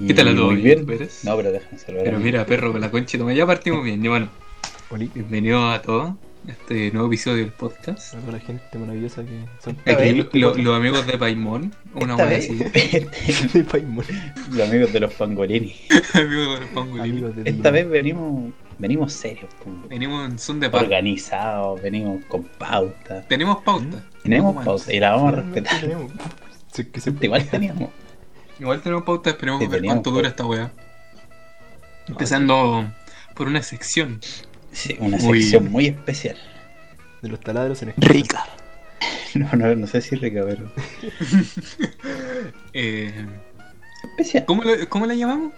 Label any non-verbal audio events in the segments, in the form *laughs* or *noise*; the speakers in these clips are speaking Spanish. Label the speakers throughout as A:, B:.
A: Y
B: ¿Qué tal a todos?
A: Muy bien.
B: youtubers?
A: No, pero déjame saludar.
B: Pero
A: a-
B: mira, perro, con la concha de tu madre. ya partimos bien. Y bueno,
C: Oli,
B: bienvenidos a todos a este nuevo episodio del podcast.
C: a toda la gente maravillosa que son
A: A ver,
B: Aquí lo-
A: ¿qué-
B: los amigos de Paimon, una
A: Esta
B: wea
A: vez-
B: así,
C: *laughs*
B: *laughs*
C: de Paimon,
A: *laughs* Los amigos de los pangolini.
B: amigos de los pangolines.
C: amigos de
A: Esta vez venimos, venimos serios, pum.
B: Venimos en son de paz.
A: organizados, venimos con pauta.
B: Tenemos pauta.
A: Tenemos
B: Bueno,
A: pauta y la vamos a
C: Realmente
A: respetar. *laughs*
C: tenemos. Se- que se-
A: Igual teníamos.
C: ¿Mm?
B: Igual tenemos pauta, esperemos
A: Sí,
B: ver
A: teníamos
B: cuánto dura esta wea.
C: Ah,
B: Empezando por una sección.
A: Sí, una
B: Muy-
A: sección muy especial. *laughs*
C: De los taladros en
D: Rica.
A: No, no, no sé si rica, pero.
B: Eh,
A: Especial. Eh,
B: ¿cómo, lo- cómo la llamamos?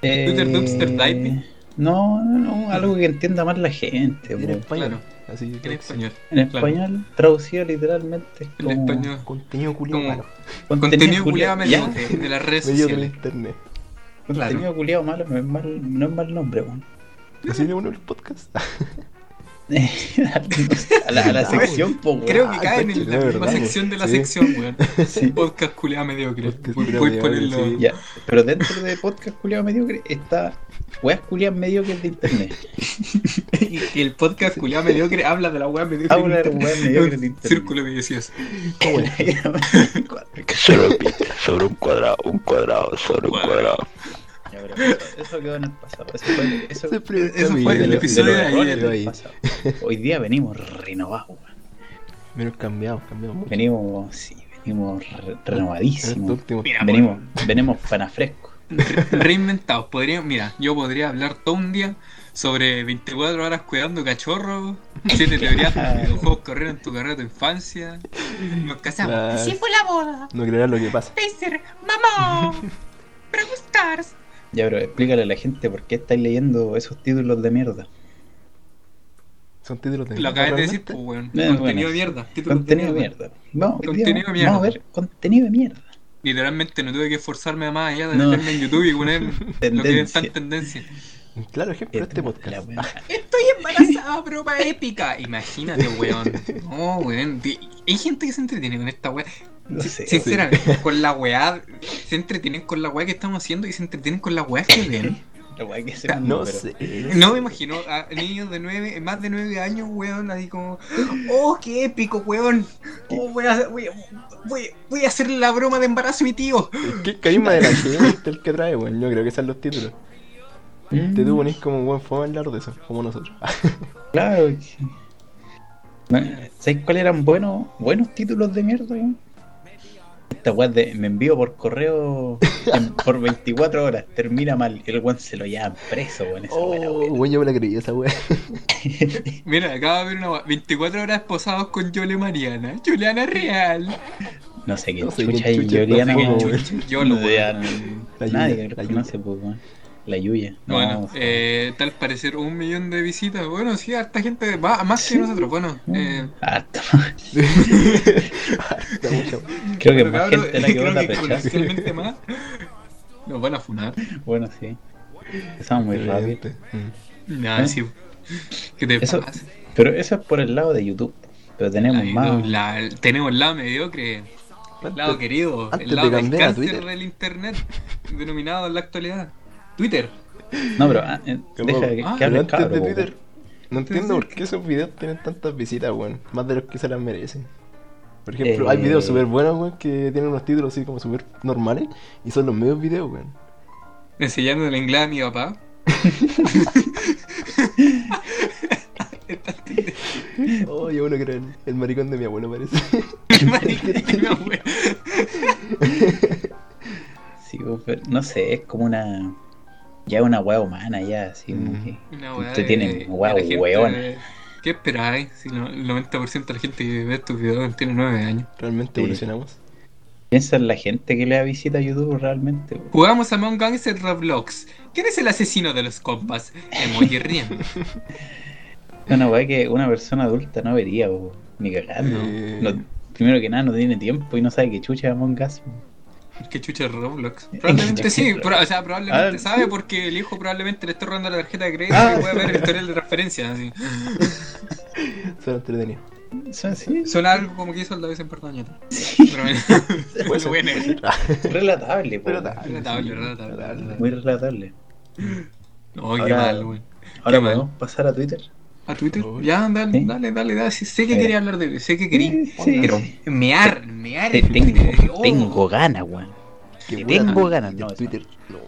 B: Twitter, Dubster, Type.
A: No, no, no, algo que entienda más la gente.
C: En
A: po.
C: español. Así
B: En español.
A: En
B: claro.
A: español, traducido literalmente.
B: En
A: como
B: español.
C: Contenido culiado
B: Como-
C: malo.
A: culiao-
B: Contenido culiado medio
A: ya,
B: de, de las redes
C: Medio del
B: sociales.
C: internet.
A: Contenido culiado malo no es mal, no es mal nombre, weón. *laughs*
C: Así de uno el podcast.
A: a la, a la
B: *laughs*
C: No,
A: sección, po, weón. Ah,
B: Creo que cae en
C: coche,
B: el- la
C: de
B: misma
C: Ah, verdad,
B: sección de la
C: sí.
B: sección,
C: *laughs*
B: weón.
A: Sí.
B: Podcast culiado mediocre.
C: Podcast
B: Voy,
C: culiao
B: voy a
C: mediocre,
B: ponerlo.
C: sí.
A: Ya, pero dentro de podcast culiado mediocre está weas culiadas mediocres de internet.
B: *laughs* Y que el podcast culiado mediocre habla de la weá mediocre.
A: Habla de weas mediocres de
B: *laughs* Un
A: internet.
B: Círculo vicioso.
D: Que se repite sobre un cuadrado, un cuadrado, sobre un cuadrado.
A: *laughs* Ya, pero eso- Eso quedó en el pasado. Eso fue, eso,
C: Ese primer
B: Eso fue
C: capítulo.
B: el
A: los
B: episodio de
A: errores
B: ayer.
A: del pasado. Hoy día venimos renovados, weón.
C: *laughs* Menos cambiados, cambiamos mucho.
A: Venimos, sí, venimos re-
C: En este estos
A: renovadísimos.
C: últimos-
B: Mira,
A: Venimos, venimos panafrescos.
B: Re- Reinventados. Podría, mira, yo podría hablar todo un día sobre 24 horas cuidando cachorros,
A: *laughs*
B: 7 teorías de los juegos que corrieron en tu carrera de tu infancia. Nos casamos.
C: Ah,
E: Así fue la boda.
C: No creerás lo que pasa.
E: Pacer, mamá. Preguntarse.
A: Ya, pero explícale a la gente por qué estáis leyendo esos títulos de mierda.
C: Son títulos de
B: Lo acabas de decir, pues,
C: realmente.
A: Eh,
B: weón. Contenido
A: bueno.
B: de mierda. títulos de
A: Contenido de mierda. Vamos, hoy día
B: Contenido de
A: vamos a
B: mierda.
A: ver contenido de mierda.
C: Este
B: Literalmente no tuve que esforzarme más allá de
A: No.
B: meterme en YouTube y
A: *laughs*
B: poner lo que
A: Tendencia.
B: está en tendencia.
C: Claro ejemplo este
A: Eh, La
C: podcast.
A: wea.
B: *laughs* Estoy embarazada, broma épica. Imagínate, weón. No, weón. Di- Hay gente que se entretiene con esta weá.
A: No sé.
B: Sinceramente, con la weá. Se entretienen con la weá que estamos haciendo y se entretienen con la weá que ven.
A: La wea que se pero-
C: No sé.
B: No me imagino a niños de nueve, más de nueve años, weón, así como, oh, qué épico, weón. Oh, voy, a, voy, a- voy a- voy a hacer la broma de embarazo de mi tío.
C: ¿Qué carisma *laughs* de la gente el que trae, weón? Yo creo que sean los títulos.
A: Mm,
C: Te tú ponés como un buen fome a hablar de eso, como *laughs* nosotros.
A: Claro. que- No, ¿Sabes cuáles eran buenos, buenos títulos de mierda? weón? Esta wea de me envío por
C: *laughs*
A: correo en- por 24 horas, termina mal. El weón se lo llevan preso, weón. Esa wea era
C: Oh,
A: buena.
C: weón, yo me la creí esa weá.
B: Mira, acaba de ver una wea, 24 horas posados con Yole Mariana. Juliana Real.
A: No sé quién
C: No sé
A: chucha
C: quién
A: y
C: chucha
A: Yoriana
C: tampoco,
A: que
C: weón.
A: *laughs*
B: Yolo,
A: de a-
B: weón.
C: La
A: Nadie
C: Yuya,
A: creo
C: la
A: que conoce, pues, weón. La Yuya. No,
B: Bueno,
A: fue-
B: eh, tal parecer un millón de visitas. Bueno, sí, harta gente, más, más que nosotros. Bueno,
A: Mm.
B: eh,
A: harto.
C: *laughs* Está mucho.
A: Creo que
B: pero
A: más
B: cabrón,
A: gente
B: *laughs*
C: *laughs*
A: la que
B: creo
A: vota
B: que
A: pecha.
B: exponencialmente más nos van a funar.
A: Bueno, sí. Estamos muy rápido.
C: Evidente. Mm.
B: Nah,
A: ¿Eh?
B: sí. ¿Qué te
A: Eso-
B: pasa?
A: Pero eso es por el lado de YouTube. Pero tenemos
B: Ay,
A: más.
B: no, la- el- tenemos el lado mediocre, el lado
C: Antes-
B: querido,
C: antes
B: el lado
C: de
B: del
C: cambiar a
B: cáncer
C: Twitter.
B: del internet, denominado en la actualidad. Twitter.
A: No, pero ah, eh,
C: Qué
A: deja
C: loco.
A: que,
B: Ah,
A: que hable
C: Pero
A: el
C: antes
A: cabro.
C: de
A: po,
C: Twitter, no
B: Sí,
C: entiendo
B: sí.
C: por qué esos videos tienen tantas visitas, weón. Más de los que se las merecen. Por ejemplo,
A: Eh.
C: hay videos súper buenos, weón, que tienen unos títulos así como súper normales y son los medios videos, weón.
B: Enseñando el inglés a mi papá. *laughs* Estás Twitter,
C: Oh, yo uno que era el, el maricón de mi abuelo, parece. *laughs*
B: marica,
A: *laughs*
B: mi abuelo.
A: Sí, po, pero no sé, es como una. Ya una wea humana, ya, así como
C: Mm.
A: que.
B: Una weá
A: Te
B: de-
A: tienen
B: de
A: guau,
B: la gente-
A: weón.
B: ¿Qué esperáis? Si no- el 90% de la gente que ve estos videos tiene 9 años.
C: Realmente
A: Sí.
C: evolucionamos.
A: Piensa en la gente que le da visita a YouTube realmente. po.
B: Jugamos a Among Us en Roblox. ¿Quién es el asesino de los compas? Emoji riendo.
A: Es una wea que una persona adulta no vería, po, ni cagando.
C: Eh.
A: Ah, No- primero que nada, no tiene tiempo y no sabe que chucha es Among Us. po.
B: ¿Qué chucha es Roblox? Probablemente sí, pro- o sea, probablemente
A: Ah.
B: sabe porque el hijo probablemente le está robando la tarjeta de crédito y puede ver el historial de transferencias. Así.
C: *laughs* Son entretenidos.
A: Son sí,
B: Suena algo como que hizo el David en Puerto Ñeta.
A: sí.
B: Pero bueno,
C: Puede
B: lo voy a
C: ser.
B: negar.
A: Relatable, po.
C: Relatable,
B: Relatable,
C: sí,
B: relatable.
A: Muy relatable.
B: No, qué
A: Ahora-
B: mal, weón.
A: Ahora
B: Qué mal.
A: podemos pasar a Twitter.
B: ¿A Twitter?
C: Uy.
B: Ya, dale,
A: Sí.
B: dale, dale, dale. Sí, sé que
A: Eh.
B: quería hablar de. Sé que quería.
A: Sí, sí.
B: Pero mear, mear.
A: Te-
B: en Twitter.
A: tengo,
B: Oh.
A: tengo ganas, weón.
C: Qué
A: Sí,
C: buena
A: tengo
C: la-
A: ganas,
C: de
A: no, eso
C: Twitter. No.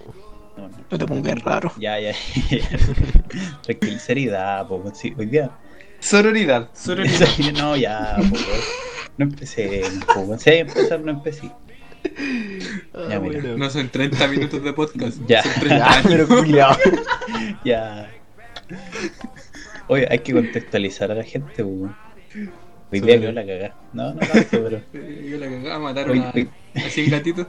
A: No, no.
D: No te pongas raro.
A: Ya, ya. *laughs* Tranquil, seriedad, po. Sí, hoy día.
B: Sororidad, sororidad.
A: *laughs* No, ya, po. No empecé, po. weón. Si hay que empezar, no empecé.
C: Ah,
A: Ya, mira.
C: bueno.
B: No son 30 minutos de podcast.
A: Ya.
B: Son
A: *laughs*
C: Ya,
A: Ah,
B: 30
C: pero
B: años.
C: culiao.
A: Ya. Oye, hay que contextualizar a la gente, po. weón. Hoy día que la cagar. No, no, no, pero.
B: Eh, Yo la cagaba,
A: Hoy-
B: mataron a,
A: hoy-
B: a 100 gatitos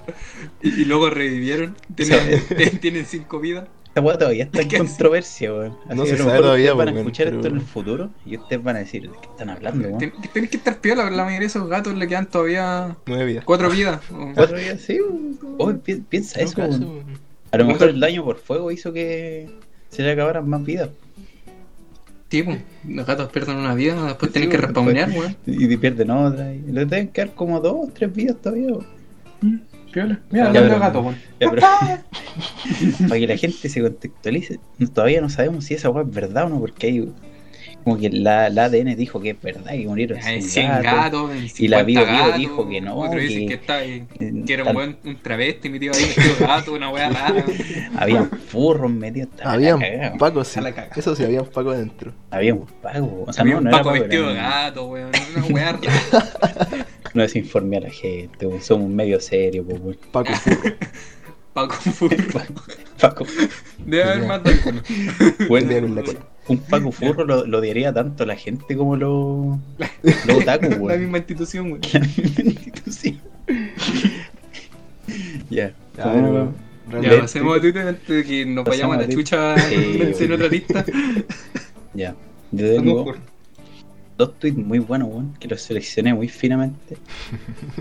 B: y, y luego revivieron. Tienen, *laughs* tienen 5 vidas.
A: Esta weá todavía está en
B: ¿Qué haces?
A: controversia, weón.
C: No
A: que
C: se
A: a lo
C: sabe
A: mejor
C: todavía,
A: ustedes Van a
C: weón,
A: escuchar esto
C: pero-
A: en el futuro y ustedes van a decir, ¿de qué están hablando, weón?
B: Ten- que Tenés que estar piola, pero la mayoría de esos gatos le quedan todavía
C: Nueve vidas.
B: 4 vidas. o-
A: Otro día, sí, weón. Oh, pi- piensa eso, weón. A lo mejor el daño por fuego hizo que se le acabaran más vidas.
B: Sí, po. los gatos pierden una vida, pues, después tienen
A: Sí,
B: que
A: weón,
B: respawnear, weón.
A: Y te pierden otra. Y le deben quedar como dos, tres vidas todavía. weón.
B: Piola. Mira,
A: Ya,
B: los
A: pero-
B: gatos, weón.
A: Ya, pero- *laughs* para que la gente se contextualice, no- todavía no sabemos si esa weá es verdad o no, porque hay como que la, la ADN dijo que es verdad que murieron 100
B: Hay 100
A: gatos.
B: gatos,
A: Y la
B: 50
A: Bio Bio
B: gatos,
A: dijo que no,
B: Otro dice
A: que-
B: que, está, eh,
A: Eh,
B: que era
A: tal-
B: un, buen, un travesti metido ahí, metido gato, una wea rara.
A: *laughs* Habían furros metidos. estaba la cagada,
C: Habían
A: weón.
C: pacos, sí.
B: A la cagada.
C: Eso sí, habían pacos adentro.
A: Había un pago. O sea,
B: Había
A: no,
B: un
A: no era
B: paco
A: pago,
B: vestido de
A: era-
B: gato, weón. Una wea rara. *laughs*
A: No desinformé a la gente, weón, somos un medio serio, pues, po, weón.
C: Paco furro.
B: Paco Furro.
A: *laughs* Paco,
B: Debe haber
C: Ya.
B: más de alguno.
A: bueno,
B: *laughs*
C: Tenían en la cola.
A: un Paco Furro lo, lo odiaría tanto la gente como lo, lo otaku,
B: *laughs* La
A: weón.
B: misma institución, weón.
A: *laughs* La misma institución. *laughs* Ya.
C: Ah, pero
B: Ya,
C: realmente-
B: pasemos a Twitter antes de que nos
A: Pasamos
B: vayamos a
A: a
B: la
A: Twitter.
B: chucha
A: Sí,
B: *laughs* en
A: weón.
B: otra lista.
A: Ya. Yo tengo
B: Vamos por-
A: dos tweets muy buenos, weón, que los seleccioné muy
B: *laughs*
A: finamente.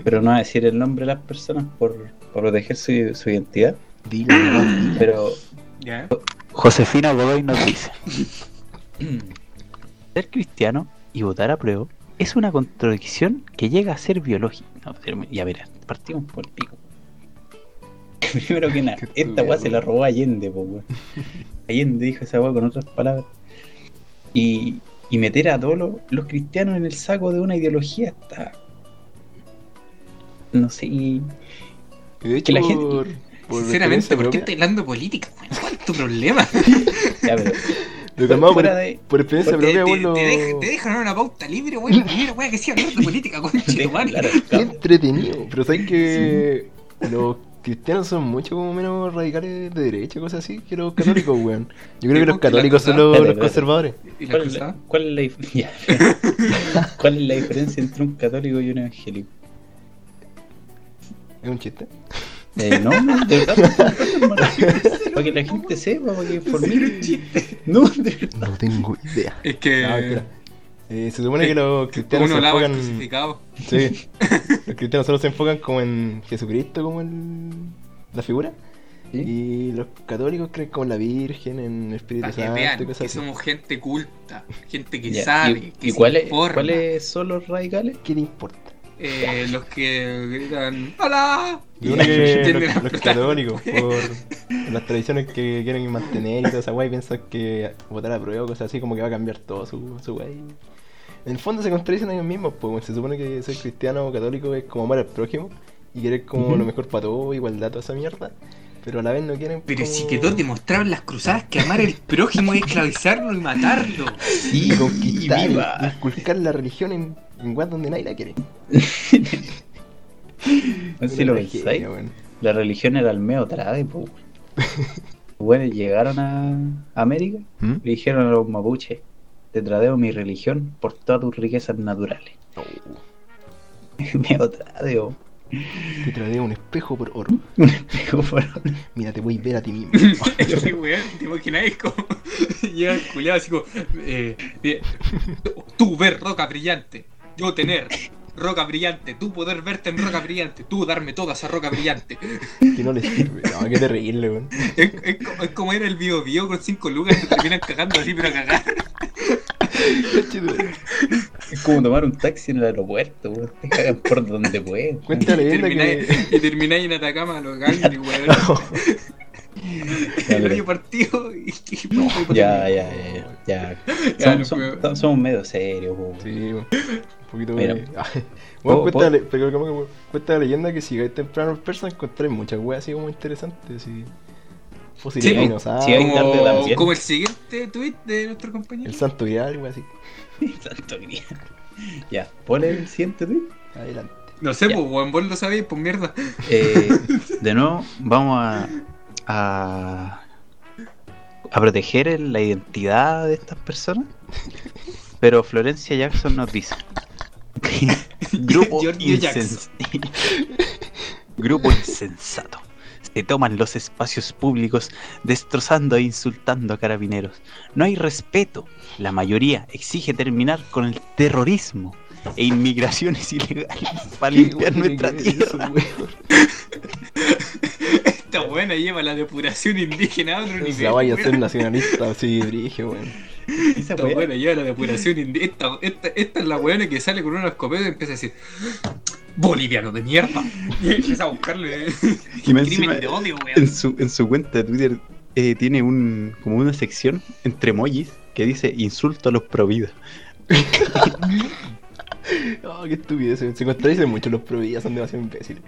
A: Pero no voy a decir el nombre de las personas por, por proteger su, su identidad.
C: Dilo, weón, dilo.
A: Pero
B: Ya.
D: Josefina Godoy nos dice.
A: *laughs* ser cristiano y votar a prueba es una contradicción que llega a ser biológica. No, pero ya verás, partimos por el pico. *laughs* Primero que
D: *laughs*
A: nada,
C: Qué
A: esta weá
C: estúpido.
A: se la robó Allende, po, weón. Allende dijo esa weá con otras palabras. Y, y meter a todos los, los cristianos en el saco de una ideología está. No sé, y
C: Y de hecho,
A: que la gente-
C: por- por
B: Sinceramente,
C: experiencia
B: ¿por qué estás
C: propia-
B: hablando política, weón? ¿Cuál es
A: *laughs*
B: tu problema?
A: ya,
D: *laughs*
A: pero
C: Lo que más
A: fuera
C: por,
A: de-
C: por experiencia
B: Te,
C: propia,
B: te-
C: weón, lo-
B: te dej- te dejan una pauta libre, weón. La primera weá que sí hablar de política,
A: de
B: conchito, madre.
A: hablar al
C: Qué
A: cabo.
C: entretenido. Pero sabes que los cristianos son mucho como menos radicales de derecha, cosas así, que los católicos, weón. Yo creo que
B: Tipo,
C: los
B: que la
C: católicos son
B: cruzada-
C: los,
A: Espérate,
C: los
A: espérate.
C: conservadores.
B: ¿Y la
A: ¿Cuál es la,
B: cruzada?
A: cuál es la dif- ya. *laughs* ¿Cuál es la diferencia entre un católico y un evangélico?
C: Es un chiste.
A: Eh, no, no, de *laughs* verdad, para que la gente sepa, para que por No, de verdad.
C: No tengo idea.
B: Es que
C: No, Ah, mentira. Eh, se supone que los cristianos se
B: uno lava el
C: enfocan.
B: crucificado.
C: Sí. Los cristianos solo se enfocan como en Jesucristo, como en la figura.
A: ¿Sí?
C: Y los católicos creen como en la Virgen, en el Espíritu
B: Para que
C: Santo,
B: vean
C: y
B: que
C: cosas así.
B: somos gente culta, gente que
A: Ya,
B: sabe,
A: ¿Y,
B: que
A: y
B: se
A: cuáles
B: informa.
A: cuáles son los radicales?
C: ¿Qué te importa?
B: Eh, los que gritan ¡Hola!
C: Yo creo que
B: *laughs* tienden a
C: los, los
B: apretar. *laughs*
C: católicos, por las tradiciones que quieren mantener y toda esa guay, piensan que votar a prueba o cosas así como que va a cambiar todo su, su guay. En el fondo se contradicen ellos mismos, pues se supone que ser cristiano o católico es como amar al prójimo y querer como
A: Ujú.
C: lo mejor para todos, igualdad, toda esa mierda, pero a la vez no quieren.
B: Pero
C: como-
B: si quedó demostrado en las cruzadas que amar al prójimo es esclavizarlo y matarlo. *laughs*
A: *laughs* Sí,
C: conquistar,
A: viva.
C: inculcar la religión en, en guas donde nadie la quiere.
A: No sé si lo
C: Una tragedia,
A: pensáis.
C: weón.
A: La religión era el meo trade, po. weón. Bueno, llegaron a América
C: ¿Mm?
A: y dijeron a los mapuches: Te tradeo mi religión por todas tus riquezas naturales.
C: No,
A: *laughs* meo tradeo.
C: te traeré un espejo por oro. Mira, te voy a ver a
A: *laughs*
C: ti mismo. *laughs*
B: Ese weón, te imagináis como *laughs* llega el culiado así como eh, eh, tú ver roca brillante, yo tener roca brillante, tú poder verte en roca brillante, tú darme toda esa roca brillante.
C: que no le sirve. No, qué terrible,
A: *laughs*
C: weón.
B: Es, es como- es como era el bio bio con 5 lucas que terminan cagando así, pero a cagar.
C: Conchetumare.
A: Es como tomar un taxi en el aeropuerto, weón. Te cagan por donde pueden.
C: Cuenta la
B: Y
C: leyenda
B: termináis,
C: que.
B: y termináis en Atacama a los gangues, weón. El
A: Dale.
B: hoyo partido y. y-
A: Ya, ya, ya, ya.
B: Ya,
A: Som-
B: no
A: som-
B: puedo.
A: som- somos medio serios, weón.
C: Sí, weón. Un poquito
A: Mira.
C: de. *laughs* Ay,
A: ¿Puedo-
C: Bueno, cuenta,
A: puedo?
C: la- pero como que, weón, cuenta la leyenda que si llegáis temprano al persa encontráis muchas weas así como interesantes. Así. Fósiles
B: Sí,
C: de
B: po.
C: dinosaurios,
A: Sí, hay- tarde
B: Como,
A: también.
B: como el siguiente tweet de nuestro compañero.
C: el santo grial, wea así.
A: *laughs* Tanto que- Ya, ponle el siguiente tweet.
C: Adelante.
B: No sé,
A: Ya.
B: pues, weón, vos lo sabéis, pues mierda.
A: Eh, de nuevo, vamos a, a, a proteger el- la identidad de estas personas. Pero Florencia Jackson nos
B: *laughs*
A: dice: Grupo,
B: Giorgio
A: insens-
B: Jackson.
A: Grupo insensato. Se toman los espacios públicos destrozando e insultando a carabineros. No hay respeto. La mayoría exige terminar con el terrorismo e inmigraciones *laughs* ilegales para *laughs* limpiar nuestra tierra.
B: Esta buena lleva la depuración indígena a otro nivel.
C: La vaya a ser
B: weón.
C: nacionalista, así, brigio, weón.
A: Esa
B: Esta
A: weá.
B: buena lleva la depuración indígena. Esta, esta, esta es la buena que sale con una escopeta y empieza a decir: Boliviano de mierda. *laughs* Y empieza a buscarle.
A: Y más encima,
B: Crimen de odio,
A: en
B: weón.
A: su, en su cuenta de Twitter eh, tiene un como una sección entre emojis que dice insulto a los providas.
C: Oh, qué estupidez, weón. se contradicen mucho los provillas, son demasiado imbéciles.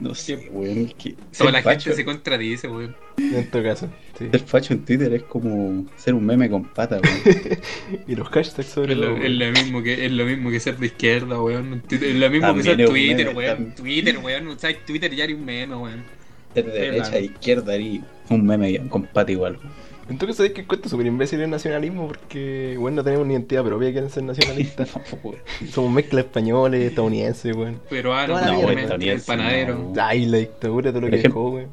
A: No sé, weón. Que
B: Toda
A: ser,
B: la
A: facho,
B: gente se contradice, weón.
C: En todo caso, sí.
A: ser facho en Twitter es como ser un meme con pata, weón. *laughs*
C: Y los hashtags sobre
B: Es
C: todo,
B: lo, es
C: weón.
B: lo mismo que, es lo mismo que ser de izquierda, weón. Es lo mismo
A: También
B: que
A: es
B: ser
A: un meme,
B: Twitter, weón.
A: también.
B: Twitter, weón. O sea, Twitter ya era un meme, weón.
A: Ser de derecha
B: man.
A: a izquierda y un meme con pata igual.
C: En todo caso, es que encuentro súper imbécil el nacionalismo porque, bueno, no tenemos ni identidad propia, quieren
A: *laughs*
C: ser nacionalistas.
A: No, weón.
C: Somos mezcla españoles, estadounidenses, weón.
B: Peruano,
C: No,
B: weón,
C: weón,
B: el
A: estadounidense,
B: panadero.
A: no.
C: Ay, la dictadura, todo lo
A: Por
C: que
A: ejemplo.
C: dejó, weón.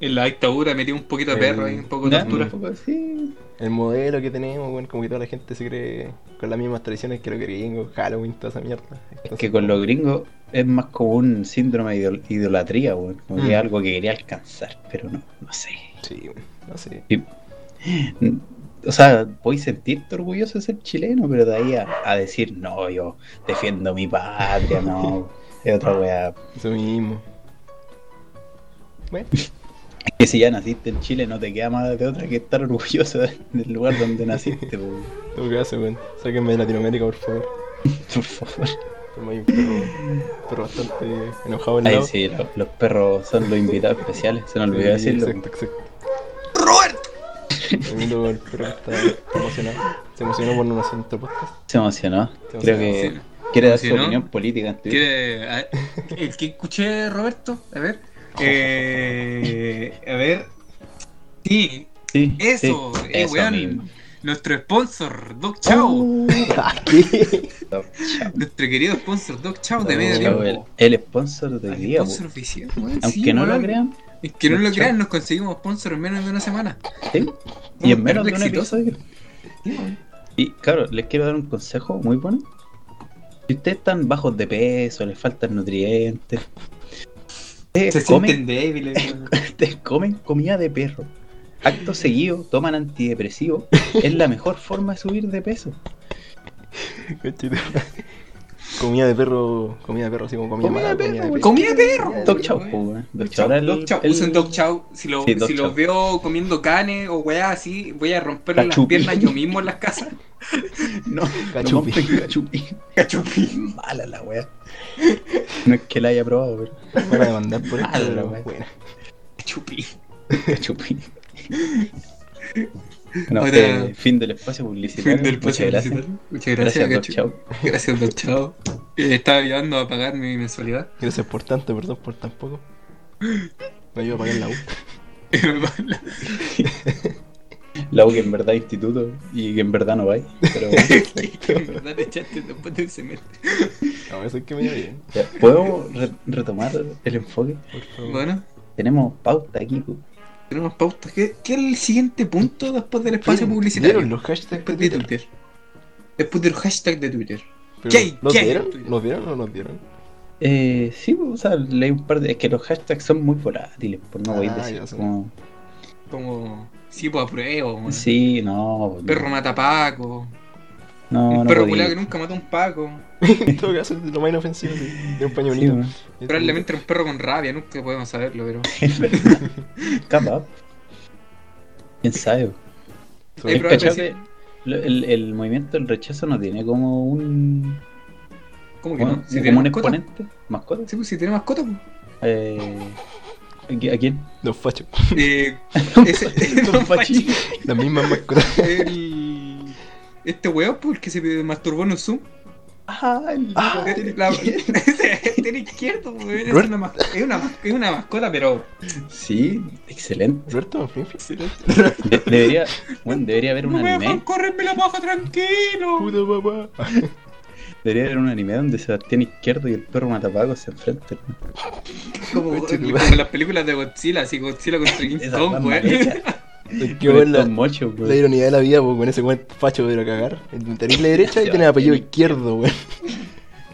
B: En la dictadura metió un poquito de
C: Eh,
B: perro ahí, un poco de
A: Ya,
B: tortura.
A: un poco así.
C: El modelo que tenemos, weón, como que toda la gente se cree con las mismas tradiciones que los gringos, Halloween, toda esa mierda.
A: Es que con los gringos es más como un síndrome de idol- idolatría, weón. Como que
C: Mm.
A: es algo que quería alcanzar, pero no, no sé.
C: Sí, weón, no sé.
A: O sea, podéis sentirte orgulloso de ser chileno, pero de ahí a, a decir, no, yo defiendo mi patria, no, es otra weá.
C: Eso mismo. Bueno,
A: Que si ya naciste en Chile, no te queda más de otra que estar orgulloso de- del lugar donde naciste, po,
C: en todo caso, weón. Sáquenme de Latinoamérica, por favor.
A: por favor.
C: Por más un perro, perro bastante enojado en
A: Ay, sí, lo- los perros son los invitados especiales, se me olvidó decirlo.
C: Exacto, exacto. ¡Robert! El mundo del perro está está emocionado. Se emocionó por nuestro podcast.
A: Se emocionó,
C: Se
A: creo
C: emocionó.
A: que quiere dar
B: Se
A: su
B: emocionó.
A: opinión política en Twitter.
B: ¿Quiere- a- El que escuché, Roberto, a ver. Eh, a ver. Sí,
A: Sí,
B: eso,
A: sí,
B: eh,
A: eso
B: weón.
A: mismo.
B: Nuestro sponsor, Doc Chao.
A: Uh.
B: Nuestro querido sponsor, Doc Chao de
C: Doc
B: medio
A: Chao,
B: tiempo.
A: el, el sponsor de hoy
B: Al
A: día, pues. po.
B: sponsor oficial, weón,
A: aunque
B: sí,
A: no lo
B: weón.
A: crean,
B: Es que no
A: Doc
B: lo
A: Chao.
B: crean, nos conseguimos sponsor en menos de una semana.
A: sí, y en menos de un
B: Terrible exitoso.
A: episodio. Y claro, les quiero dar un consejo muy bueno. Si ustedes están bajos de peso, les faltan nutrientes,
B: Se
A: ustedes
B: sienten
A: comen, *laughs*
B: débiles, weón.
A: ustedes comen comida de perro. Acto seguido, toman antidepresivo. Es la mejor forma de subir de peso.
C: comida de perro, comida de perro, así como comida,
A: Comida
C: mala,
A: de perro, weón.
B: Comida de perro.
A: Doc Chau, po, weón. Doc Chau, ahora el-
B: Doc Chau,
A: el-
B: usen Doc Chau. Si lo,
A: Sí, Doc
B: si
A: Chau.
B: lo veo comiendo canes o weá así, voy a romperle las
A: Cachupi.
B: piernas yo mismo en
A: *laughs*
B: las casas.
A: No, no
C: Cachupi.
A: compren cachupi.
B: Cachupi.
A: Mala la wea. No es que la haya probado, pero
C: Van a demandar por esto,
A: Mala,
C: pero
A: weón.
C: bueno.
A: *laughs*
B: Cachupi. *laughs*
A: cachupi. No,
B: Ahora-
A: eh, fin del espacio publicitario.
B: Fin del
A: Muchas
B: podcast
A: gracias.
B: publicitario. Muchas gracias,
A: Gracias, Doc Chau.
B: Cachupi. Gracias,
A: *laughs*
B: Doc Chau. Eh, estaba ayudando a pagar mi mensualidad. *laughs*
C: Gracias por tanto, perdón por tan poco. Me ayuda a pagar la U.
A: La U que en verdad es instituto y que en verdad no va. Pero bueno,
B: *laughs* en verdad te echaste este después del semestre.
C: A ver, eso es que me iba bien,
A: ya, ¿podemos re- retomar el enfoque?
C: por favor.
B: Bueno,
A: Tenemos pauta aquí. pu.
B: tenemos pautas. ¿Qué, qué es el siguiente punto después del espacio
C: ¿Vieron- ¿Vieron
B: publicitario?
C: los hashtags de
B: Después de
C: Twitter?
B: Twitter. Después del hashtag de Twitter.
C: Pero,
B: ¿Qué hay-
C: ¿Los
B: qué hay en
C: dieron?
B: Twitter?
C: ¿Los dieron o no los dieron?
A: Eh, sí, pu, o sea, leí un par de. Es que los hashtags son muy volátiles, pues no voy a
C: Ah,
A: decir.
C: ya sé.
A: como-
B: Como, sí, pues apruebo, weón.
A: Sí, no.
B: Perro matapaco.
A: No,
B: un
A: no
B: perro
A: podía.
B: culiao que nunca mató a un paco.
C: *laughs* en todo caso, es lo más inofensivo sí, de un paño
A: Sí,
C: bonito.
A: weón.
C: Es-
B: Probablemente era un perro con rabia, nunca podemos saberlo, pero.
A: *laughs* Es verdad. Capaz. ¿Quién sabe?
B: Eh,
C: Este,
A: El,
B: probable,
A: cachao
B: sí.
A: que lo- el, el movimiento del rechazo no tiene como un,
B: ¿Cómo que
A: como,
B: no? Si
A: como
B: tiene
A: un
B: mascota.
A: exponente. ¿Mascota?
B: Sí, pues, si tiene mascota.
A: *laughs*
B: pues.
A: Eh, ¿a qui- ¿A
B: *laughs*
A: quién?
C: Los fachos.
B: Eh,
A: *laughs*
B: ese, *laughs* Don Pachi.
C: Las mismas mascotas.
B: El- Este weón, pues, el que se masturbó en un Zoom. Eh,
A: Ah, el-
C: Ah,
A: *laughs*
B: La... *laughs* Ese era izquierdo, pues, weón. Es
C: Robert.
B: una, mas- es, una, mas- es una mascota, pero.
A: Sí, excelente.
C: Roberto Manfrinfri.
A: De- debería, bueno, debería haber un
B: No me dejan
A: anime.
B: correrme la paja tranquilo.
C: Puta papá.
A: Debería haber un anime donde Sebastián Izquierdo y el perro Matapaco se enfrentan. *laughs*
B: Como,
C: Conche tu
B: como
C: madre.
B: en las películas de Godzilla, así Godzilla contra King
A: Esa
B: Kong,
A: banda
B: weón. *laughs*
A: hecha.
C: Es que
A: Pero
C: weón,
A: estos
C: la,
A: mochos,
C: la
A: weón.
C: ironía de la vida, pues, con ese buen facho de la cagar. El tenés la derecha y tenés apellido izquierdo, *laughs* weón.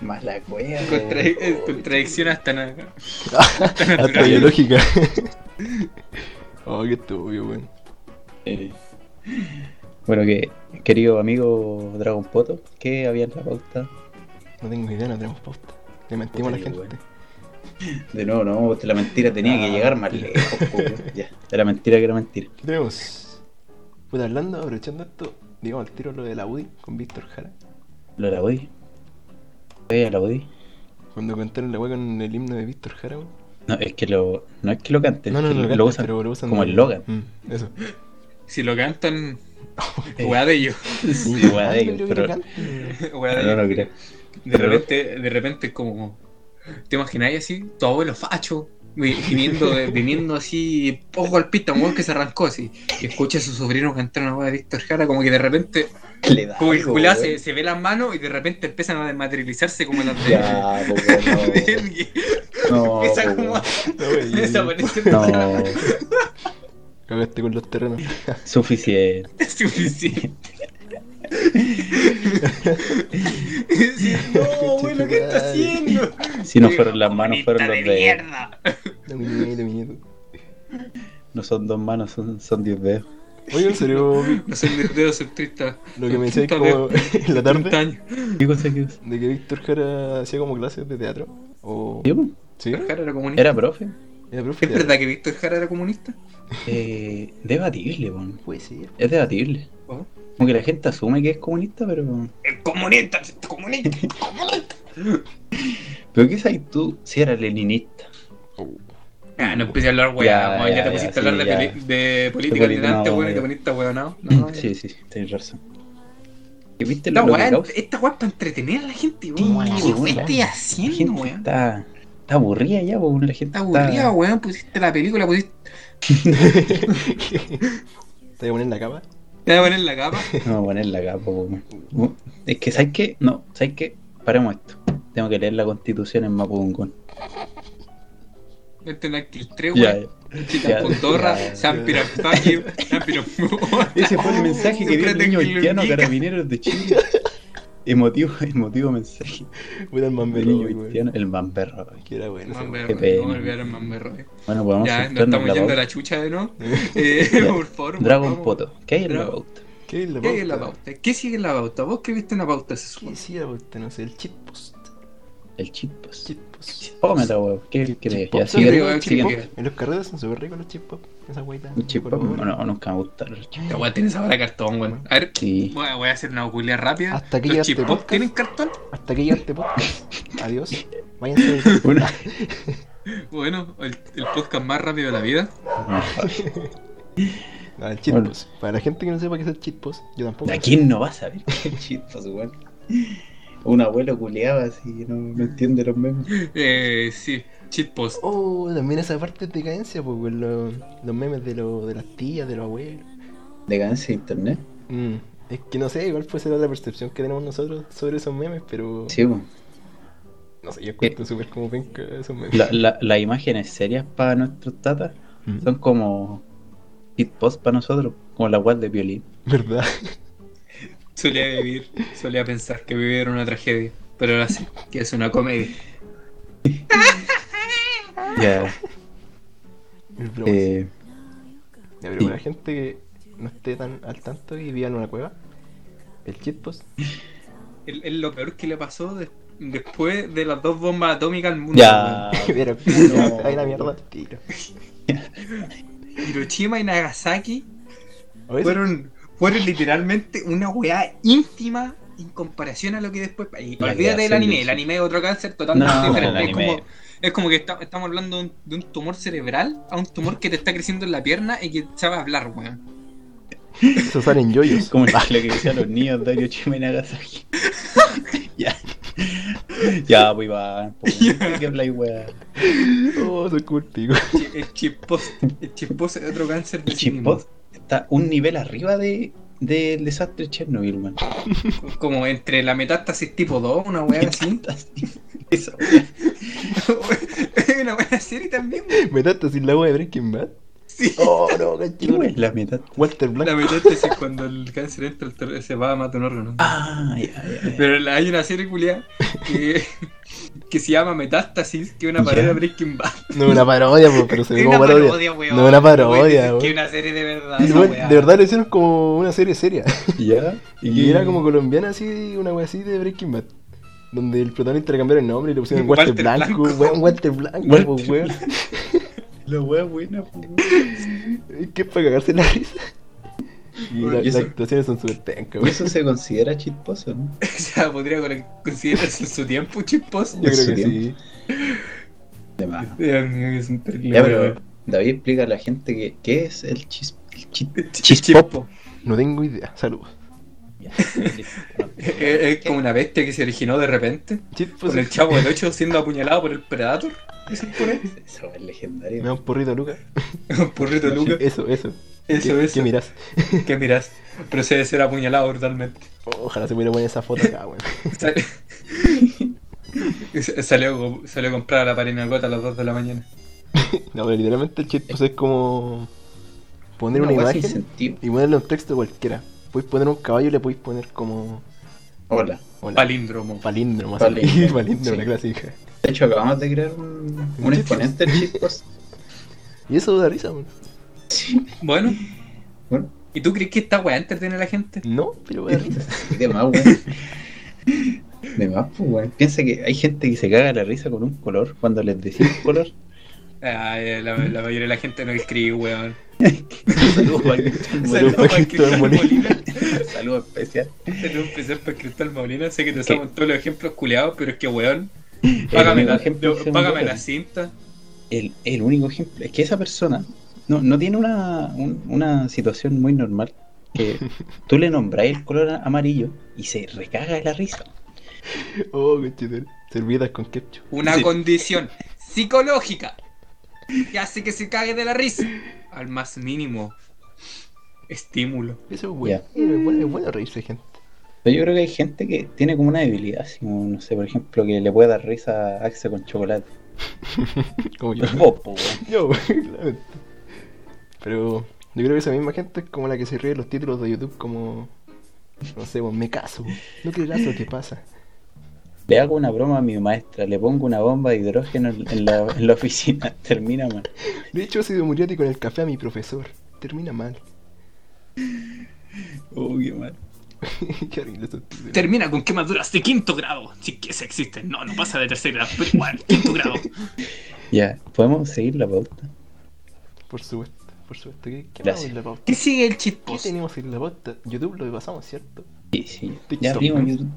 A: Más la cueva.
B: Contra- eh, Contradicción
A: *laughs*
B: hasta nada.
C: Hasta biológica. *laughs* oh, qué estúpido, weón.
A: Eh, Bueno, que, querido amigo Dragon Poto, ¿qué había en la pauta?
C: No tengo idea, no tenemos pauta. Le mentimos a la
A: Puta,
C: gente.
A: De nuevo, no, la Ah, mentira tenía que llegar más lejos. po, *laughs* weón. Ya, era mentira que era mentira.
C: ¿Qué tenemos? Puta, hablando, aprovechando esto, digamos al tiro lo de la UDI con Víctor Jara.
A: Lo de la UDI. Oye, la UDI.
C: Cuando cantaron la weá con el himno de Víctor Jara, weón.
A: No, es que lo, no es que lo canten, es que lo,
C: cantan,
A: usan
C: pero lo usan
A: como
C: de-
A: el Logan.
C: Mm, eso.
B: Si lo cantan,
A: Eh.
B: weá de ellos. *laughs*
C: *laughs*
A: Sí, weá,
C: Ah,
A: de
C: yo
A: ellos, pero,
C: creo que lo cantan.
B: Weá de
A: pero no
B: ellos.
A: lo creo.
B: De repente, de repente es como. ¿Te imagináis así? Tu abuelo facho. vi- Viniendo, de- viniendo así, ojo al pista, un weón que se arrancó así. Y escucha a su sobrino cantar una weá de Víctor Jara, como que de repente,
A: Le da
B: como que el
A: algo,
B: culiao
A: weón.
B: se, se ve las manos y de repente empiezan a desmaterializarse como las de. *laughs*
A: Ya, po, weón, no. No,
B: Empieza
A: po,
B: *laughs* como a
A: weón.
C: *laughs* No, weón, ya, ya.
B: desaparecer.
A: No,
C: Cagaste con los terrenos.
A: suficiente.
B: Es suficiente. *laughs* Sí, no, güey, lo que está haciendo.
A: Si no fueron las manos, fueron los
B: Comunista de
A: dedos.
B: mierda.
C: No, mi nieto, mi nieto.
A: No son dos manos, son, son diez dedos.
C: Oye, en serio,
B: No son mis dedos centristas.
C: lo que me decías
B: Puta
C: como *laughs* en la tarde,
B: Montaña.
A: ¿Qué cosa que es?
C: de que Víctor Jara hacía como clases de teatro. O...
A: Yo, po.
C: ¿Sí?
B: Víctor Jara era comunista.
A: ¿Era profe?
C: Era profe.
B: ¿Es verdad que Víctor Jara era comunista?
A: Eh, debatible, weón.
C: Puede ser.
A: Es debatible.
B: ¿Ah?
A: Como que la gente asume que es comunista, pero.
B: El comunista, el comunista.
A: Pero qué sabes tú si era leninista.
B: Ah, no empecé a hablar, güey.
A: Ya,
B: Ya,
A: ya,
B: te
A: ya,
B: pusiste a
A: sí,
B: hablar de,
A: ya.
B: peli- de política
A: De política,
B: delante, güey, y te
A: no,
B: poniste güey, no.
A: *laughs*
B: no.
A: Sí, sí, tenés razón. ¿Y ¿Viste
B: Esta
A: lo, lo que
B: weá,
A: causa?
B: esta weá es para entretener a la gente,
A: Sí,
B: weón. ¿Qué
A: weón.
B: estoy
A: La
B: haciendo,
A: gente
B: weón?
A: está, está aburrida ya, porque la gente *laughs*
B: Está aburrida, weón. Pusiste la película, pusiste.
C: *laughs* Te voy a poner la capa.
B: Te voy a poner la capa.
A: No, voy a ponerla acá, po, weón. Es que, ¿sabes qué? No, ¿sabes qué? Paremos esto. Tengo que leer la constitución en Mapudungún.
B: Vete en Actil 3,
A: Ya,
B: weón.
A: ya.
B: Chica Condorra,
A: ya.
B: San Pirafaki, San
A: *laughs*
B: Pirafaki.
A: Ese fue el mensaje que dio el
B: Siempre
A: niño
B: te
A: haitiano a
B: indica.
A: Carabineros de Chile. Emotivo, emotivo mensaje.
C: Puta el
A: El
C: mamberro,
A: niño
C: weón.
A: haitiano, el mamberro. weón.
C: Que era bueno. ese
B: Mamberro,
A: Qué pena.
B: no volver a Mamberro. eh.
A: Bueno, pues podemos
B: Ya, nos
A: centrarnos en
B: estamos
A: la
B: yendo a
A: pauta.
B: la chucha de no.
C: weón.
B: Eh,
A: *laughs* Ya.
B: por favor.
A: Dragon
B: vamos.
A: Poto. ¿Qué hay en la
B: Dra-
A: pauta?
C: *laughs* ¿Qué es la
B: ¿Qué hay en la
C: pauta?
B: pauta? ¿Qué sigue en la pauta? ¿Vos que viste en la pauta? Se
C: ¿Qué
B: supone.
C: decía la pauta? No sé, el chip post.
A: El chip, pues.
C: Chip post.
A: Póngame la huevo. ¿Qué crees?
C: Chip
A: Ya,
C: pop,
B: sí,
C: ¿sabes?
A: sigue.
B: creo que
C: Chip
B: sí,
C: pop.
B: creo.
C: En los carreras son súper ricos los chip pop. Esa guaita.
A: El chip, pues, no, no, nunca me gusta el chip.
B: La weá tiene sabor a cartón, weón. A ver,
A: Sí.
B: voy a- voy a hacer una oculia rápida.
C: Hasta aquí
B: ¿Los
C: llegaste,
B: chip
C: podcast.
B: tienen cartón?
C: Hasta que llega este podcast. Adiós. Váyanse.
A: Bueno.
B: Bueno, el, el podcast más rápido de la vida.
C: No, el chip
A: Bueno.
C: post. Para la gente que no sepa qué es el chip post, yo tampoco.
A: ¿A quién no va a saber qué es el chip, pues, weón? Un abuelo culeaba así, que no, no entiende los memes.
B: Eh, sí, cheat post.
C: Oh, también esa parte es decadencia, pues, weón, lo- los memes de, lo, de las tías, de los abuelos.
A: Decadencia de internet.
C: Mm, Es que no sé, igual puede ser otra percepción que tenemos nosotros sobre esos memes, pero.
A: Sí, pues.
C: No sé, yo encuentro súper como penca esos memes.
A: La-
C: *laughs*
A: la- las imágenes serias para nuestros tatas
C: Mm.
A: son como hit post para nosotros, como la web de violín.
C: Mm, ¿Verdad? *laughs*
B: Solía vivir, solía pensar que vivir era una tragedia. Pero ahora sí, que es una comedia.
A: Ya,
C: Es broma, sí.
A: eh,
C: Ya, pero
A: sí.
C: para la gente que no esté tan al tanto y viva en una cueva, El shitpost.
B: Es es lo peor que le pasó de- después de las dos bombas atómicas al mundo.
A: Ya. *laughs*
C: *laughs* Pero ahí la mierda al tiro.
B: weón. Hiroshima y Nagasaki
C: A veces-
B: fueron, fueron literalmente una weá íntima en comparación a lo que después. Y
A: La
B: olvídate del
A: creación
B: anime,
A: de-
B: el anime es otro cáncer totalmente
A: No,
B: diferente.
A: el
B: Es
A: anime.
B: como, es como que esta- estamos hablando de un, de un tumor cerebral a un tumor que te está creciendo en la pierna y que sabe hablar, weón.
C: Eso
A: *laughs*
C: salen yoyos. *laughs*
A: Como lo que decían los niños de Hiroshima y Nagasaki. ya. Ya, pues Iván. po, ¿de ¿Qué habláis, weá?
C: Oh, soy como el pico.
B: Chi- El chispos, el chispos es otro cáncer de
A: El
B: sí mismo.
A: Chimpod está un nivel arriba de, del desastre de Chernobyl, man.
B: Como entre la metástasis tipo 2, una weá así.
A: *laughs*
B: *laughs*
A: Eso.
B: Es una buena serie también, weón.
C: Me trata sin la wea de Breaking Bad.
B: Sí.
C: *laughs* Oh, no,
A: ¿Qué
C: cachorro.
A: weá es la mitad?
C: Walter Blanco.
B: La metástasis es cuando el cáncer entra, el ter- se va a matar un órgano.
A: Ah, ya, ya,
C: *laughs*
A: ya.
B: Pero la- hay una serie culiada que, que se llama Metástasis, que es una parodia
A: Ya.
B: de Breaking Bad.
C: No es una parodia, po, pero se
B: *laughs*
C: ve
B: Es
C: como
B: una
C: parodia.
B: parodia, weón.
C: No es una parodia,
B: Weón, Que es
C: weón.
B: una serie de verdad.
C: Sí,
B: esa
C: weón,
B: weá.
C: De verdad lo hicieron como una
B: *laughs*
C: serie seria.
A: ¿Ya?
C: Y
B: Mm.
C: era como colombiana así, una wea así de Breaking Bad. Donde el protagonista le cambiaron el nombre y le pusieron Walter,
B: Walter
C: Blanco,
B: Blanco.
C: weón, Walter Blanco,
A: Walter
C: po, weón. *laughs*
A: La weá buena, po.
C: ¿Qué para cagarse la risa?
B: *laughs*
C: Y
B: Weón,
C: la-
A: y eso-
C: las actuaciones son súper pencas,
A: ¿Y
C: weón.
A: eso se considera chisposo, no?
B: *laughs* O sea, podría con- considerarse en su tiempo chispos.
C: *laughs* Yo creo
A: su
C: que sí.
A: tiempo. De más.
B: Dios mío, Eh, es un terrible.
A: Ya, pero
C: eh.
B: weón.
A: David explica a la gente que, qué es el chis, el
C: *laughs*
A: chis-
B: Chispo.
C: No tengo idea. Saludos.
A: Ya.
B: Es, es como una bestia que se originó de repente.
C: Chispos.
B: Con el chavo del 8 siendo apuñalado por el Predator. Dicen por ahí. *laughs*
A: Eso es
C: Me
A: legendario.
C: da un porrito, Luca.
B: Porrito Lucas.
C: Eso, eso.
B: Eso,
C: ¿Qué,
B: eso.
C: ¿Qué mirás?
B: ¿Qué mirás? Procede a ser apuñalado brutalmente.
C: Ojalá se pudiera poner esa foto acá, weón.
B: Sal- S- *laughs* salió, salió a comprar a la parinacota a las 2 de la mañana.
C: No, pero literalmente el chip pues, es como poner
A: Una
C: una,
A: weá sin
C: imagen
A: sentido.
C: y ponerle un texto cualquiera. Puedes poner un caballo y le podéis poner como.
A: Hola.
C: hola,
B: Palíndromo.
C: palíndromo, así. *laughs*
A: Palíndromo,
C: palíndromo, la
A: sí.
C: clásica.
A: De hecho, acabamos de crear un, un
C: Chispos.
A: exponente del chispos.
C: Y eso da risa, weón.
B: Bueno,
A: Bueno,
B: ¿y tú crees que esta weá entretiene a la gente?
C: No,
A: *laughs*
C: pero da risa.
A: de más, weón. De más, pues, weón. Piensa que hay gente que se caga la risa con un color cuando les decís color.
B: Ay, Ah, eh, la, la mayoría de la gente no escribe, weón.
A: Saludos para Cristian
C: Saludos.
A: Molina.
B: Saludos
C: Paquito de Molina.
A: Saludos especial.
B: Saludos especial para Cristal Molina. Sé que te usamos todos los ejemplos culeados, pero es que weón.
A: El
B: Págame,
A: único
B: la,
A: ejemplo es un
B: págame
A: dólar.
B: la cinta.
A: el, el único ejemplo es que esa persona no, no tiene una, un- una situación muy normal.
B: *laughs*
A: Que tú le nombras el color a- amarillo y se recaga de la risa.
C: Oh, qué chido. Servidas con ketchup.
B: Una
A: Sí.
B: condición psicológica que hace que se cague de la risa. Al más mínimo estímulo.
C: Eso es bueno. Es bueno, es bueno reírse, gente. *laughs*
A: Pero yo creo que hay gente que tiene como una debilidad, así como, no sé, por ejemplo, que le puede dar risa a Axe con chocolate.
C: Como yo.
A: Los vos, po, weón.
C: Yo, *laughs* claramente. Pero yo creo que esa misma gente es como la que se ríe de los títulos de YouTube como... No sé, pues, me caso. No te caso, ¿qué pasa?
A: Le hago una broma a mi maestra, le pongo una bomba de hidrógeno en en la, en la oficina, *laughs* termina mal.
C: De hecho, he sido Muriati con el café a mi profesor. Termina mal. *laughs*
A: Uy, qué mal.
C: Qué horrible esos títulos.
B: Termina con quemaduras de quinto grado. Si que se existen. No, no pasa de tercer grado, pero igual, quinto grado.
A: Ya, ¿podemos seguir la pauta?
C: Por supuesto, por supuesto. ¿Qué, qué
A: Gracias.
C: vamos en la pauta?
B: *laughs* ¿Qué sigue el
C: ¿Qué
B: chitpost?
C: tenemos en la pauta? YouTube lo pasamos, ¿cierto?
A: Sí, sí. Ya
C: TikTok.
A: abrimos YouTube.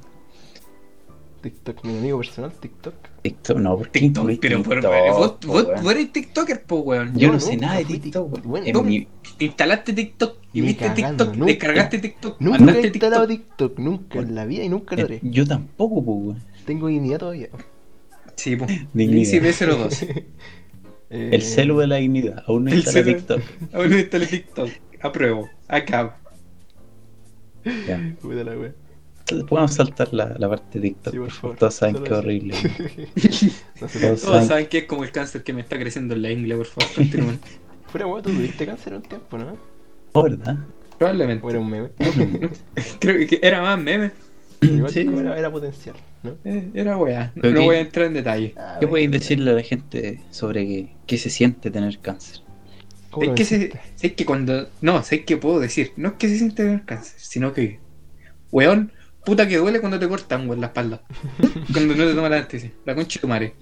C: TikTok, mi amigo personal, TikTok.
A: TikTok, no, ¿por qué
B: TikTok,
A: incluís
B: pero por
A: TikTok,
B: vos,
A: po,
B: vos,
A: weón?
B: vos eres TikToker, po weón.
A: Yo no,
C: No,
A: sé
C: nunca
A: nada de
C: fui
A: TikTok, weón.
C: Bueno,
A: Es
B: no.
A: mi- eh,
B: Te instalaste TikTok y
C: Ni
B: viste
C: cagando,
B: TikTok,
C: nunca.
B: descargaste TikTok,
C: Nunca
B: mandaste
C: he instalado
B: TikTok.
C: TikTok, nunca en la vida y nunca lo
A: eh,
C: haré.
A: yo tampoco, pues, weón.
C: Tengo dignidad todavía.
B: Sí, po.
A: Dignidad.
B: Lizzy B02.
C: *laughs* Eh,
A: El celu de la dignidad, aún no
B: El
A: instala
B: celu-
A: TikTok.
B: Aún no instalé TikTok. Apruebo. Acá.
A: Ya.
C: puta la wea.
A: Podemos saltar la, la parte de TikTok,
C: Sí, por
A: por favor.
C: favor.
A: Todos saben
C: Solo
A: que
C: eso.
A: horrible.
C: *laughs* No
A: Todos
C: sé,
B: Todos
A: saben-
B: saben que es como el cáncer que me está creciendo en la ingle, por favor.
C: *laughs*
B: continúen.
C: Fuera weón, tú tuviste cáncer un tiempo, ¿no?
A: Oh, ¿verdad?
B: Probablemente.
C: O era un meme.
B: Creo que era más meme.
C: Igual
A: Sí.
C: como era, era potencial, ¿no?
B: Eh, Era weá. No,
A: Pero
B: no
A: que-
B: voy a entrar en detalle.
C: Ah,
A: ¿Qué
C: bueno,
A: podéis decirle a la gente sobre qué, qué se siente tener cáncer? *laughs*
C: ¿cómo
B: Es
C: lo
B: que, se,
C: venciste?
B: sé que cuando. No, sé que puedo decir. No es que se siente el cáncer, sino que Weón, puta que duele cuando te cortan, weón, la espalda. Cuando no te toman la anestesia. La concha de tu madre.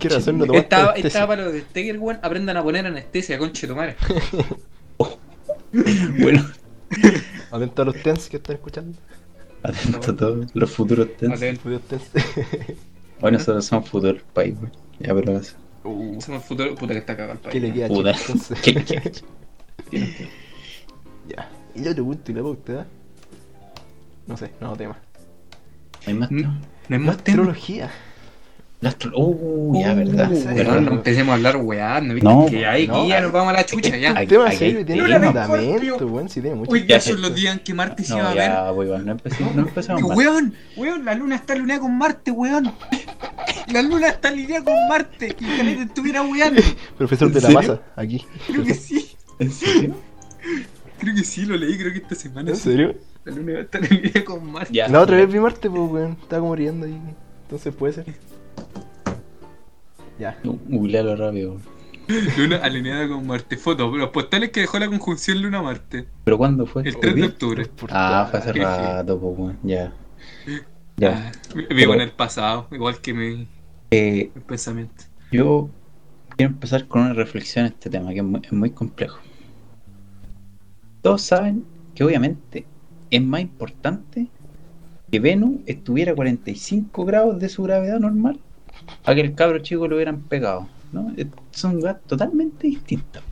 C: ¿Qué razón no tomaste este
B: Estaba,
C: anestesia?
B: estaba para los de Steger, weón. Aprendan a poner anestesia, concha de tu madre.
A: Bueno,
C: Atento a los tens que están escuchando.
A: atento a todos los futuros
B: No
A: tensos.
B: sé,
C: Futuros tens.
A: *laughs* Bueno, nosotros somos futuro país, güey. Ya, pero eso.
C: Uh,
B: somos el futuro. Puta que está cagado el país.
C: ¿Qué le queda,
A: Puta. *laughs*
C: chico, entonces?
A: ¿Qué le queda,
C: Ya. Y yo te gusto y la pauta, ¿eh? No sé, no tema.
A: Hay más.
B: No, no es más tema.
C: Astrología.
A: La astro- Uh, ya, verdad.
B: Uh, weón,
A: verdad.
B: no empecemos a hablar, weón. No, viste
A: No,
B: que hay
A: no.
B: guía, nos vamos a la chucha ya.
A: Ay,
C: Un tema
A: Aquí-
C: serio y
A: aquí
C: tiene
A: hay tema.
C: fundamento, weón. Si tiene mucho.
B: Uy,
A: Ya,
B: ya son
A: esto.
B: los días en que Marte se iba
A: No,
B: a ver.
A: ya, weón, no empecemos, no empecemos mal.
B: Weón, weón, la luna está alineada con Marte, weón. La luna está alineada con Marte. Que el planeta estuviera weón.
C: Profesor
A: ¿En
C: de la
A: serio?
C: masa, aquí.
B: Creo que sí.
A: ¿En serio?
B: Creo que sí, lo leí, creo que esta semana.
C: ¿En
B: sí.
C: serio?
B: La luna está alineada con Marte.
A: Ya.
C: La otra vez vi Marte, pues, weón. Estaba como riendo ahí. Entonces puede ser. Ya.
A: Uh, Googlealo rápido. weón.
B: Luna alineada con Marte. Foto, los postales que dejó la conjunción Luna-Marte.
A: ¿Pero cuándo fue?
B: El 3 de
A: ¿Hoy?
B: octubre.
C: Por
A: Ah,
C: favor.
A: fue hace
B: Sí, sí.
A: rato, pues, weón. Ya. Ya.
B: Vivo en el pasado, igual que mi,
A: Eh,
B: mi pensamiento.
A: yo quiero empezar con una reflexión a este tema, que es muy, es muy complejo. Todos saben que obviamente es más importante que Venus estuviera a 45 grados de su gravedad normal a que el cabro chico lo hubieran pegado. ¿no? Eh, Son grados totalmente distintas.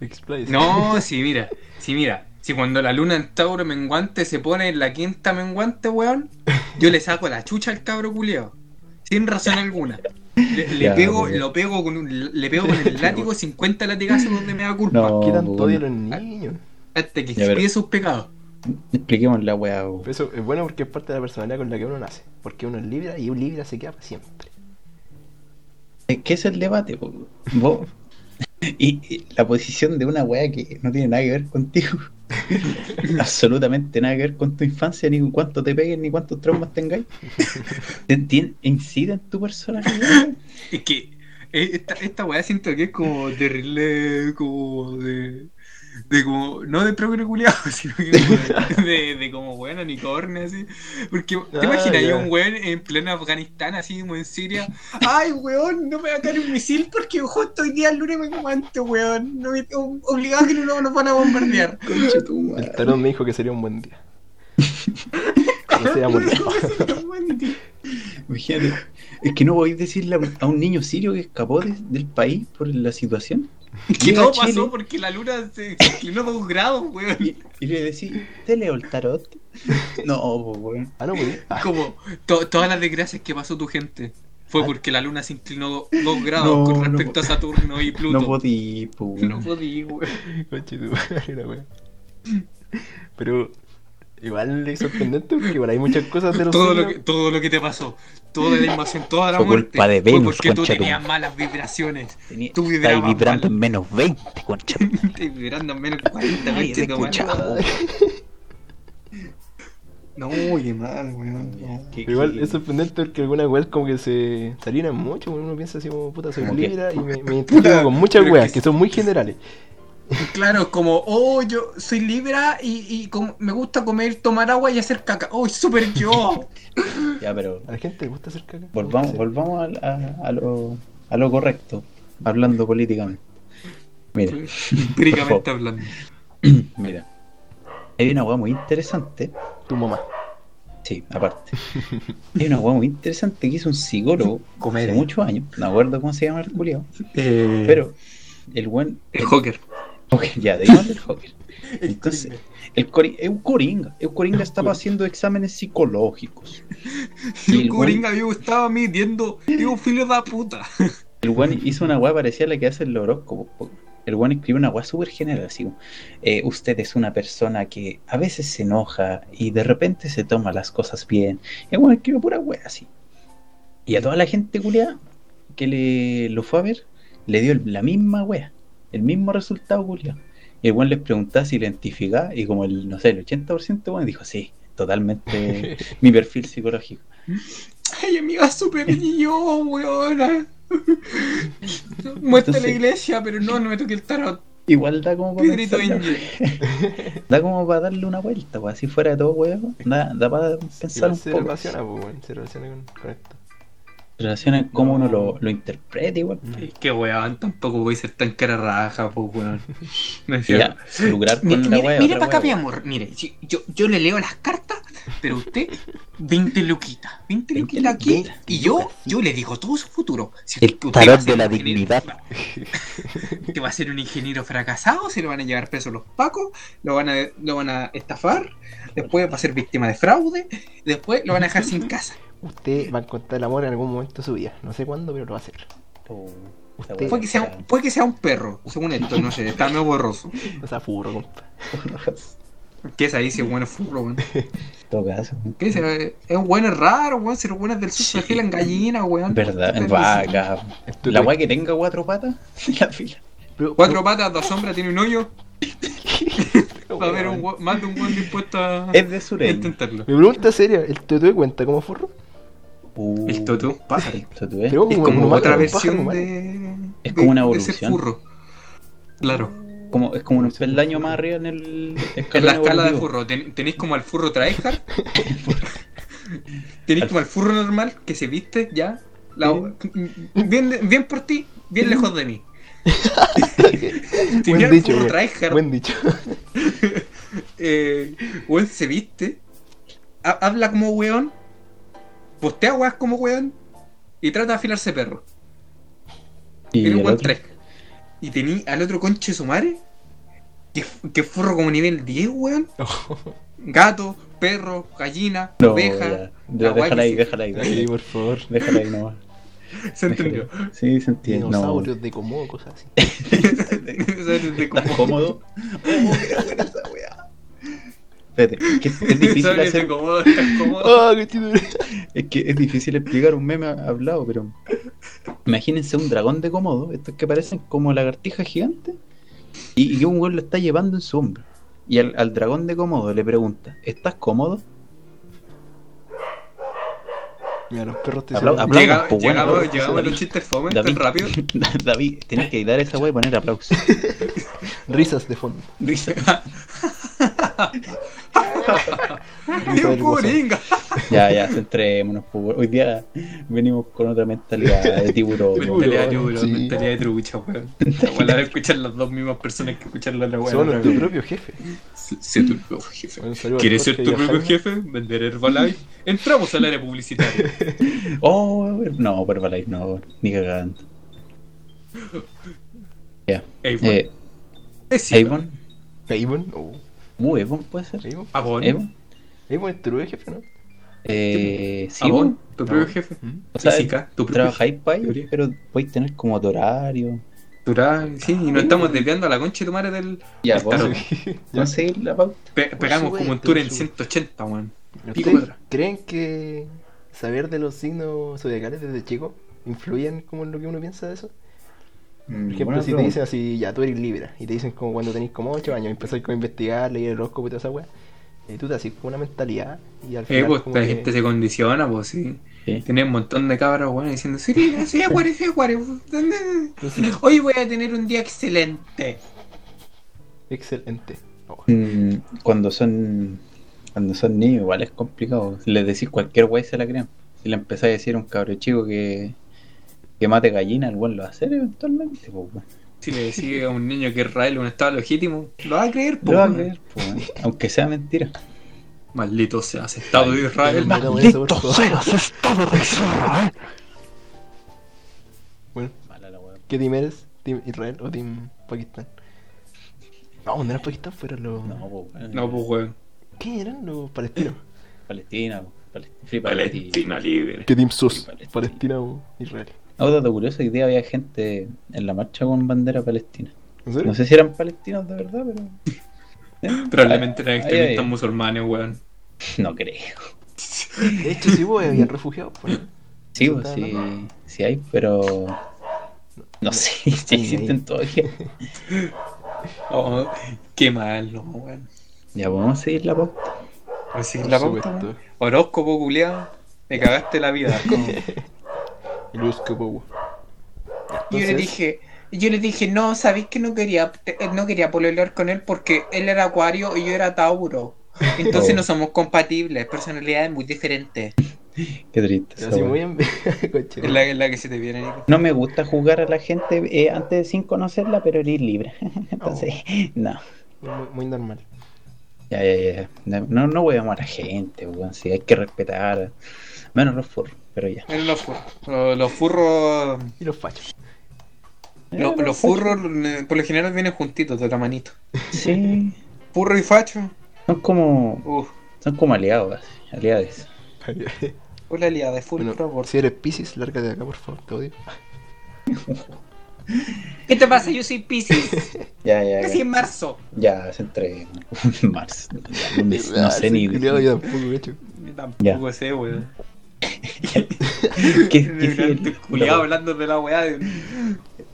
C: Explain.
B: No, sí, mira, sí, mira. Si cuando la luna en Tauro menguante se pone en la quinta menguante, weón, yo le saco la chucha al cabro culeado. Sin razón alguna. Le, le
A: Ya,
B: pego,
A: weón.
B: lo pego con un, le pego con
A: *laughs*
B: el látigo 50 latigazos donde me da culpa.
A: No,
C: ¿Qué tanto
A: bueno.
C: odio a los niños?
B: Hasta
A: Ya,
B: que
A: pero-
B: expíe sus pecados.
A: Expliquemos la weá. weón.
C: Pero eso es bueno porque es parte de la personalidad con la que uno nace. Porque uno es libra y un libra se queda para siempre.
A: Es que ese es el debate, po. vos. *laughs* Y, y la posición de una weá que no tiene nada que ver contigo. *laughs* Absolutamente nada que ver con tu infancia, ni con cuánto te peguen, ni cuántos traumas
B: *laughs*
A: tengáis. Te- tien- Incide en tu personalidad.
B: *laughs* Es que eh, esta, esta weá siento que es como terrible, como de. De como, no de progre culiao, sino que como de, de como weón unicornio así. Porque, ¿te
C: Ah,
B: imaginas ahí
C: ya.
B: un weón en pleno Afganistán, así como en Siria? ¡Ay, weón! No me va a caer un misil porque justo hoy día el lunes me cuanto, weón. No me- ob- obligado que no nos van a bombardear.
C: El tarón me dijo que sería un buen día. No se iba a morir.
A: Imagínate. Es que no podéis decirle a- a un niño sirio que escapó de- del país por la
B: *laughs*
A: situación.
B: Que
A: Llega a
B: todo
A: Chile
B: pasó porque la luna se se inclinó dos grados, weón.
A: Y, y le decís, ¿te leo el
B: *laughs*
A: tarot? No, po, weón.
C: Ah, no, güey. Ah,
B: Como to- todas las desgracias que pasó tu gente fue
C: Ah.
B: porque la luna se inclinó do- dos grados
A: No,
B: con
A: no po-
B: respecto a Saturno y Pluto.
A: No podí, po, weón.
B: No podí, weón.
C: conche tu madre, la wea. Pero igual es sorprendente porque igual hay muchas cosas de los
B: Todo lo,
C: signos.
B: que, todo lo que te pasó, toda la invasión, toda la
A: Fue
B: muerte,
A: culpa de
B: fue
A: Venus,
B: porque tú
A: concha de tu
B: tenías
A: madre.
B: malas vibraciones.
A: Tenía-
B: Tú
D: Está ahí
B: vibrabas
D: vibrando en
B: mal.
D: menos 20, concha.
B: *laughs* Te vibrando en menos 40
D: Ay,
B: veces,
D: te
B: tu madre.
D: escuchaba.
B: No, oye, mal, weón. no.
A: Que-
C: Pero Igual
A: que-
C: es sorprendente porque algunas weas como que se salinan mucho, uno piensa así como puta soy
A: Como que-
C: libra y me, me identifico con muchas
B: pero
C: weas
B: que-
C: que son muy generales.
B: Claro, como, oh, yo soy libra y, y com- me gusta comer, tomar agua y hacer caca. Oh,
A: *laughs*
B: súper yo.
A: Ya, pero
C: A la gente le gusta hacer caca.
A: volvamos,
C: Sí.
A: volvamos al- a, a lo, a lo correcto, hablando políticamente. Mira, Por
B: Empíricamente hablando.
A: mira. Hay una hueá muy interesante.
C: Tu mamá.
A: Sí,
B: *laughs*
A: aparte. Hay una hueá muy interesante que hizo un psicólogo hace muchos años. No me acuerdo cómo se llama el culiao. Pero el buen.
B: El Joker.
A: Ok, *laughs* ya, digamos el
B: *laughs*
A: Joker. Entonces,
C: *laughs*
A: el cori- es un coringa. El coringa estaba haciendo exámenes psicológicos.
B: Si
A: Y
B: *laughs* un
A: el
B: coringa vivo estaba midiendo, digo, filo de la puta.
A: El weón hizo una weá parecida a la que hace el horóscopo. po. El weón escribió una weá súper general, así como, eh, usted es una persona que a veces se enoja y de repente se toma las cosas bien. Y el weón escribió pura weá así. Y a toda la gente culiada que le, lo fue a ver, le dio el- la misma weá, el mismo resultado culiado. Y el weón les preguntaba si lo identificaba y como el, no sé, el 80% weón dijo, sí, totalmente mi perfil psicológico.
B: Ay, amiga, súper yo, weona. Muerte la
A: Entonces-
B: iglesia, pero no, no me toque el tarot.
A: Igual da como para
B: Pedrito
A: pensarlo.
B: Inge.
A: Da como para darle una vuelta, pues, así fuera de todo, weón. Da, da para pensar
C: Igual
A: un
C: se
A: poco.
C: relaciona, pues, weón, se relaciona con, con esto.
A: Se relaciona en cómo uno lo, lo interpreta, igual.
B: Es que weón, tampoco voy a ser tan cara raja, po weón. No es
A: Y ya,
B: cierto.
A: lucrar
B: Mi-
A: con la
B: Mire,
A: weá.
B: mire
A: otra
B: para acá, mi
A: weá.
B: amor. Mire, si- yo, yo le leo las cartas, pero usted, 20 luquitas. 20
A: 20
B: luquitas aquí.
A: luquitas,
B: Y yo, yo le digo todo su futuro. Si
D: El
B: usted- usted
D: tarot
B: va a ser
D: de la
B: un ingeniero- *laughs*
D: dignidad.
B: va- Que va a ser un ingeniero fracasado, se lo van a llevar preso los pacos, lo van a, lo van a estafar, después va a ser víctima de fraude, después lo van a dejar sin casa.
C: Usted va a encontrar el amor en algún momento de su vida. No sé cuándo, pero lo va a hacer.
A: Oh, esta
C: Usted-
B: Puede que sea, un- puede que sea un perro, según esto, no sé, está medio borroso.
C: O sea, furro, compa.
B: ¿Qué es ahí si es bueno furro, weón?
A: En todo caso.
B: ¿Qué es? Es un buen es raro, weón, si los buenos del sur se en gallina, weón.
A: Verdad,
B: Perdición.
A: vaca. La weá que tenga cuatro patas *laughs* en la fila.
C: Pero-
B: Cuatro patas, dos sombras, tiene un hoyo.
C: pero,
B: Va a haber
C: weón.
B: un, we- más de un weón dispuesto a
A: Es de
B: a
A: sureño.
B: intentarlo.
C: Mi pregunta seria, ¿el tutu cuenta como furro?
A: Uh,
B: El Toto, pájaro.
A: El Toto, eh.
C: Pero
B: Es
C: un
B: como
C: humano,
B: otra
C: un pájaro
B: versión
C: humano.
B: de.
A: Es
B: de-
A: como una
B: De ser
A: evolución.
B: furro. Claro.
A: Como, es como un peldaño más arriba en el
B: *laughs* En
A: escalón
B: la escala de
A: evolutivo.
B: furro, ten- tenéis como al furro tryhard. tenéis como al furro normal que se viste ya. la- bien, bien por ti, bien lejos de mí. Tenía
C: Buen
B: al
C: dicho,
B: furro
C: weón.
B: tryhard.
C: Buen dicho.
B: eh, weón se viste, ha- habla como weón, postea weas como weón y trata de afilarse perro.
A: Y
B: Tiene un
A: el
B: weón
A: otro,
B: tres. Y tení al otro conche de su madre, que, f- que furro como nivel 10,
A: *laughs*
B: weón. Gato, perro, gallina,
A: No,
B: oveja.
A: ya. Ya,
B: la guay
A: déjala
B: que
A: ahí,
B: se-
A: déjala ahí.
C: Sí,
A: Déjala
C: por favor.
A: déjala ahí nomás.
B: *laughs* ¿Se entendió?
A: *laughs* Sí, se entiende. No.
C: Dinosaurios de Komodo, cosas así.
B: *laughs* ¿Sabes de
A: ¿Estás
B: cómo?
A: cómodo? Oh, mira, buena esa weá. Espérate, que es, *laughs*
B: *laughs*
A: es difícil
B: ¿Sabes de
A: hacer,
B: cómo? ¿Estás cómodo?
C: ¡Ah, qué chido!
A: es que es difícil explicar un meme hablado, pero imagínense un dragón de cómodo, estos que parecen como lagartijas gigantes, y, y que un weón lo está llevando en su hombro. Y al, al dragón de cómodo le pregunta, ¿estás cómodo?
C: Mira, los perros te
A: Habla-
C: dicen-
A: habla-
B: Llega-
A: pues, bueno,
B: Llegamos
A: bueno,
B: llegamos a los
A: David.
B: chistes fome tan rápido.
A: *laughs* David, tenés que editar esa weá y poner aplausos.
C: Risas de fondo.
A: Risa.
C: Dios,
B: *laughs* ¡Dios, coringa!
C: coringa.
A: *laughs* Ya, ya, centrémonos. pues, weón. Hoy día venimos con otra mentalidad de tiburón. weón.
B: Mentalidad *laughs* de tiburón,
C: Sí.
B: mentalidad de trucha, weón. La weá la de escuchar las dos mismas personas que escuchan la otra weá.
C: Son nuestro propio jefe.
B: Sé tu propio jefe.
C: Un saludo al
B: ¿Quieres
C: Jorge
B: ser tu
C: y a
B: propio
C: Jaime.
B: jefe? ¿Vender Herbalife? Entramos al área publicitaria.
A: Oh, no, Herbalife, no, ni cagando. Ya.
B: Avon.
A: Eh,
B: Es cierto.
A: Avon.
C: Avon, oh,
A: Uh, Avon puede ser.
C: Avon.
B: Avon.
A: Avon.
C: Avon es tu propio jefe, ¿no?
A: Eh, sí,
B: pues. Avon,
A: vos.
B: tu propio
C: No.
B: jefe.
C: ¿Mm?
A: O sea,
B: Física, tu propio jefe.
A: trabajáis para ellos,
B: Debería.
A: pero podéis tener como tu horario.
B: Durá- Sí, y nos estamos desviando a la concha de tu madre del.
A: Ya,
B: Está
A: vos
B: bien.
A: *laughs*
C: Ya.
A: conseguís la pauta.
B: Pe- pegamos
C: sube,
B: como un tour en
C: sube.
B: 180, weón. Pico
C: ¿Ustedes
B: para atrás.
C: creen que saber de los signos zodiacales desde chico influyen como en lo que uno piensa de eso?
A: Mm,
C: Por ejemplo, si te dicen así, ya tú eres Libra, y te dicen como cuando tenés como 8 años, empezás como a investigar, leer el horóscopo y toda esa weá, y tú te haces como una mentalidad, y al
B: Eh,
C: final.
B: pues
C: como
B: la
C: que-
B: gente se condiciona, pues sí.
A: Sí.
B: Tenés un montón de cabras, weón, diciendo, sí, soy acuario, soy acuario.
C: *laughs* Entonces,
B: Hoy voy a tener un día excelente.
C: excelente. Oh,
A: Mm, Cuando son cuando son niños, igual es complicado. Les decís cualquier wey se la crean. Si le empezás a decir a un cabro chico que, que mate gallina, el weón lo va a hacer eventualmente. Pues, weón.
B: Si le decís a un niño que Israel es un estado legítimo, lo va a creer,
A: Lo va a
B: po,
A: creer, pues, weón. aunque sea mentira.
B: Maldito sea, ese estado de Israel.
C: Maldito. Bueno,
A: Mala la weón.
C: ¿qué team eres? ¿Team Israel o Team Pakistán? No, cuando eran Pakistán fueron los.
A: No, pues, weón.
B: No, pues, weón.
C: ¿Qué eran los palestinos?
A: Palestina, pues, Palestina. Free Palestina.
B: Palestina libre.
C: ¿Qué team sos?
A: Palestina.
C: ¿Palestina o Israel?
A: Otro Oh, dato curioso, hoy día había gente en la marcha con bandera palestina.
C: ¿En serio?
A: No sé si eran palestinos de verdad, pero...
B: Probablemente eran
A: Ay,
B: extremistas
A: ay.
B: musulmanes, weón.
A: No creo.
C: De hecho, sí, vos habían refugiados. pues.
A: Sí,
C: Eso
A: pues,
C: estaba
A: sí,
C: hablando.
A: sí hay, pero... No sé *laughs* si
C: Ahí, ahí.
A: existen todavía.
B: Oh, qué mal, no, weón.
A: Ya, pues, vamos a seguir la pauta.
B: Así es
C: Por
B: la
C: supuesto.
B: pauta. weón. Horóscopo culiado, me *laughs* cagaste la vida.
C: El horóscopo.
B: Y yo le
C: Entonces-
B: dije,
E: yo le dije, no, sabéis que no quería, te- no quería pololear con él porque él era acuario y yo era tauro. Entonces
A: Oh.
E: no somos compatibles, personalidades muy diferentes.
A: Qué triste. esa
C: Así
A: wea.
C: muy en... *laughs* Coche,
B: Es la, es la que se te viene, Nico.
A: No me gusta jugar a la gente eh, antes sin conocerla, pero eres libre. *laughs* Entonces, no.
C: muy, muy normal.
A: Ya, ya, ya. No, no, no weamos a la gente, weón. Sí, hay que respetar. Menos los foros, pero ya.
B: Eran los furros. Los, los furros.
C: Y los *laughs* fachos.
B: lo- los furros eh, por lo general vienen juntitos de la manito.
A: *laughs* Sí.
B: Furro y facho.
A: Son como.
B: Uf.
A: Son como aliados, aliados.
B: Hola, aliada de full
C: Bueno,
B: pro, por
C: si eres Pisces, lárgate de acá, por favor, te odio.
E: ¿Qué te pasa? Yo soy Pisces,
A: Ya, ya,
E: casi
A: ya.
E: en marzo.
A: Ya, se *laughs* entre Mars. Ya, No, sé- no sé ni.
C: Culeado, yo tampoco, cacho.
B: Yo Tampoco sé, weón.
A: ¿Qué, qué,
B: Un grande culiao
A: no,
B: hablando de la weá. de-
A: *laughs*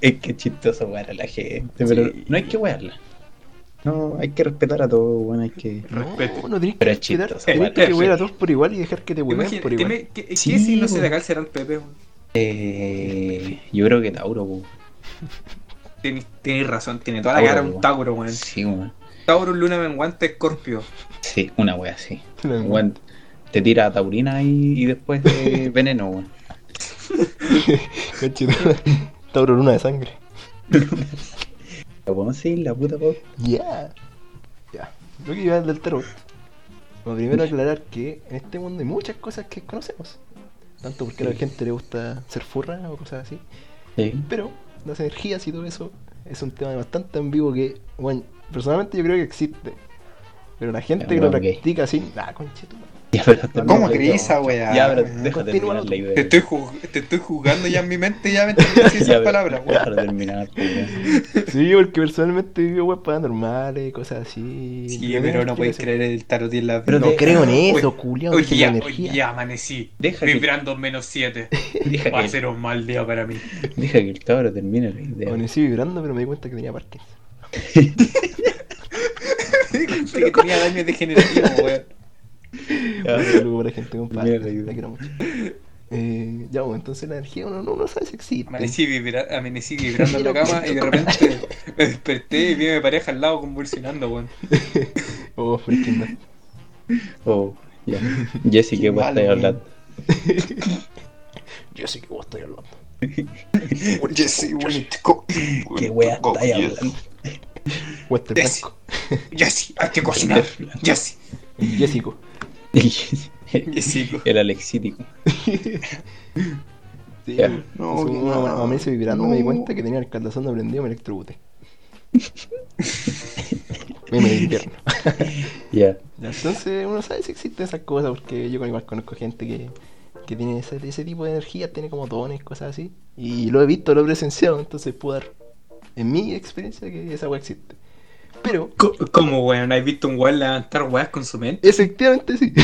A: es que es chistoso wear a la gente, pero
C: Sí.
A: no hay que wearla. No, hay que respetar a todos, bueno, hay que.
C: No,
B: Respeto.
C: no tienes que
A: Pero es
C: respetar,
A: chistoso,
C: tenés
A: igual.
C: que wear a todos por igual y dejar que te
B: Imagínate,
C: ween por igual.
B: dime, ¿qué, qué
A: Sí,
B: signo se
A: weón.
B: le calza el Pepe? weón?
A: Eh, yo creo que Tauro, weón.
B: Tienes tienes razón, tiene toda la
A: Tauro,
B: cara un
A: weón.
B: Tauro, weón.
A: Sí, weón.
B: Tauro, luna menguante, escorpio.
A: Sí, una wea así.
C: *laughs* Una-
A: Weón, te tira taurina y, y después eh, veneno, weón.
C: Coche, *laughs* Tauro luna de sangre.
A: La podemos seguir, la puta pauta.
C: Ya. Ya. Lo que iba del tarot. Bueno, primero aclarar que en este mundo hay muchas cosas que conocemos. Tanto porque a la gente le gusta ser furra o cosas así.
A: Sí.
C: Pero las energías y todo eso es un tema bastante ambiguo que, bueno, personalmente yo creo que existe. Pero la gente
A: Ya,
C: que lo
A: bueno, ok.
C: practica así, ah, conchito.
A: Ya, pero te-
C: ¿Cómo
A: te-
C: crees esa
B: weá?
A: Ya, pero déjate
C: Continúa
A: terminar
C: tú.
A: la idea.
B: Te estoy, jug- te estoy jugando ya en mi mente, ya
A: *laughs*
B: me entendí
A: Ya,
B: esas
A: pero
B: palabras, weón.
A: Déjalo terminar, pues, weón.
C: Sí, porque personalmente vivo weas paranormales, cosas así.
B: Sí,
C: Yo
B: pero
C: creo
B: no
C: que
B: podéis
C: eso-
B: creer el tarot y en la
A: Pero
C: No
A: de-
C: creo en eso,
B: Oye,
C: culiao.
B: Hoy
C: es la
B: ya,
C: energía.
B: hoy ya
C: *laughs*
B: amanecí,
A: Deja que-
B: vibrando menos 7.
A: Deja
B: Va a
A: que-
B: ser un mal día para *laughs* mí.
A: Deja que el cabro termine la idea.
C: Amanecí vibrando, pero me di cuenta que tenía Parkinson.
B: que tenía daño degenerativo, weón.
A: Ya.
C: Un saludo para la gente con
A: Mira
C: Parkinson,
A: la idea.
C: la quiero mucho. Eh, ya, bueno, entonces la energía uno no, no sabe si existe.
B: Amanecí, vibra- amanecí vibrando en la cama y de repente me desperté y vi a mi pareja al lado convulsionando, weón.
C: Oh, freaking bad.
A: Oh, ya. Jessy, ¿qué weá
C: malo,
A: estás
C: weón.
A: hablando?
C: Yo sé que vos estoy hablando.
B: Jesse, weón.
A: ¿Qué weá estás hablando? *laughs*
C: Wester
B: Yes.
C: Blanco.
B: Jesse, hay que cocinar. Jesse.
C: Jessico.
B: Jesse,
A: El alexítico.
C: Sí,
A: Ya.
C: no, no, bueno, amanecí vibrando, me di cuenta que tenía el caldazón prendido, me *laughs* electrocute. Meme de invierno.
A: Ya.
C: Entonces uno sabe si existen esas cosas, porque yo igual conozco gente que, que tiene ese, ese tipo de energía, tiene como dones, cosas así. Y lo he visto, lo he presenciado, entonces puedo dar en mi experiencia que esa weá existe. Pero,
B: ¿Cómo, weón? ¿Has visto un weón levantar weas con su mente?
C: efectivamente sí. *laughs*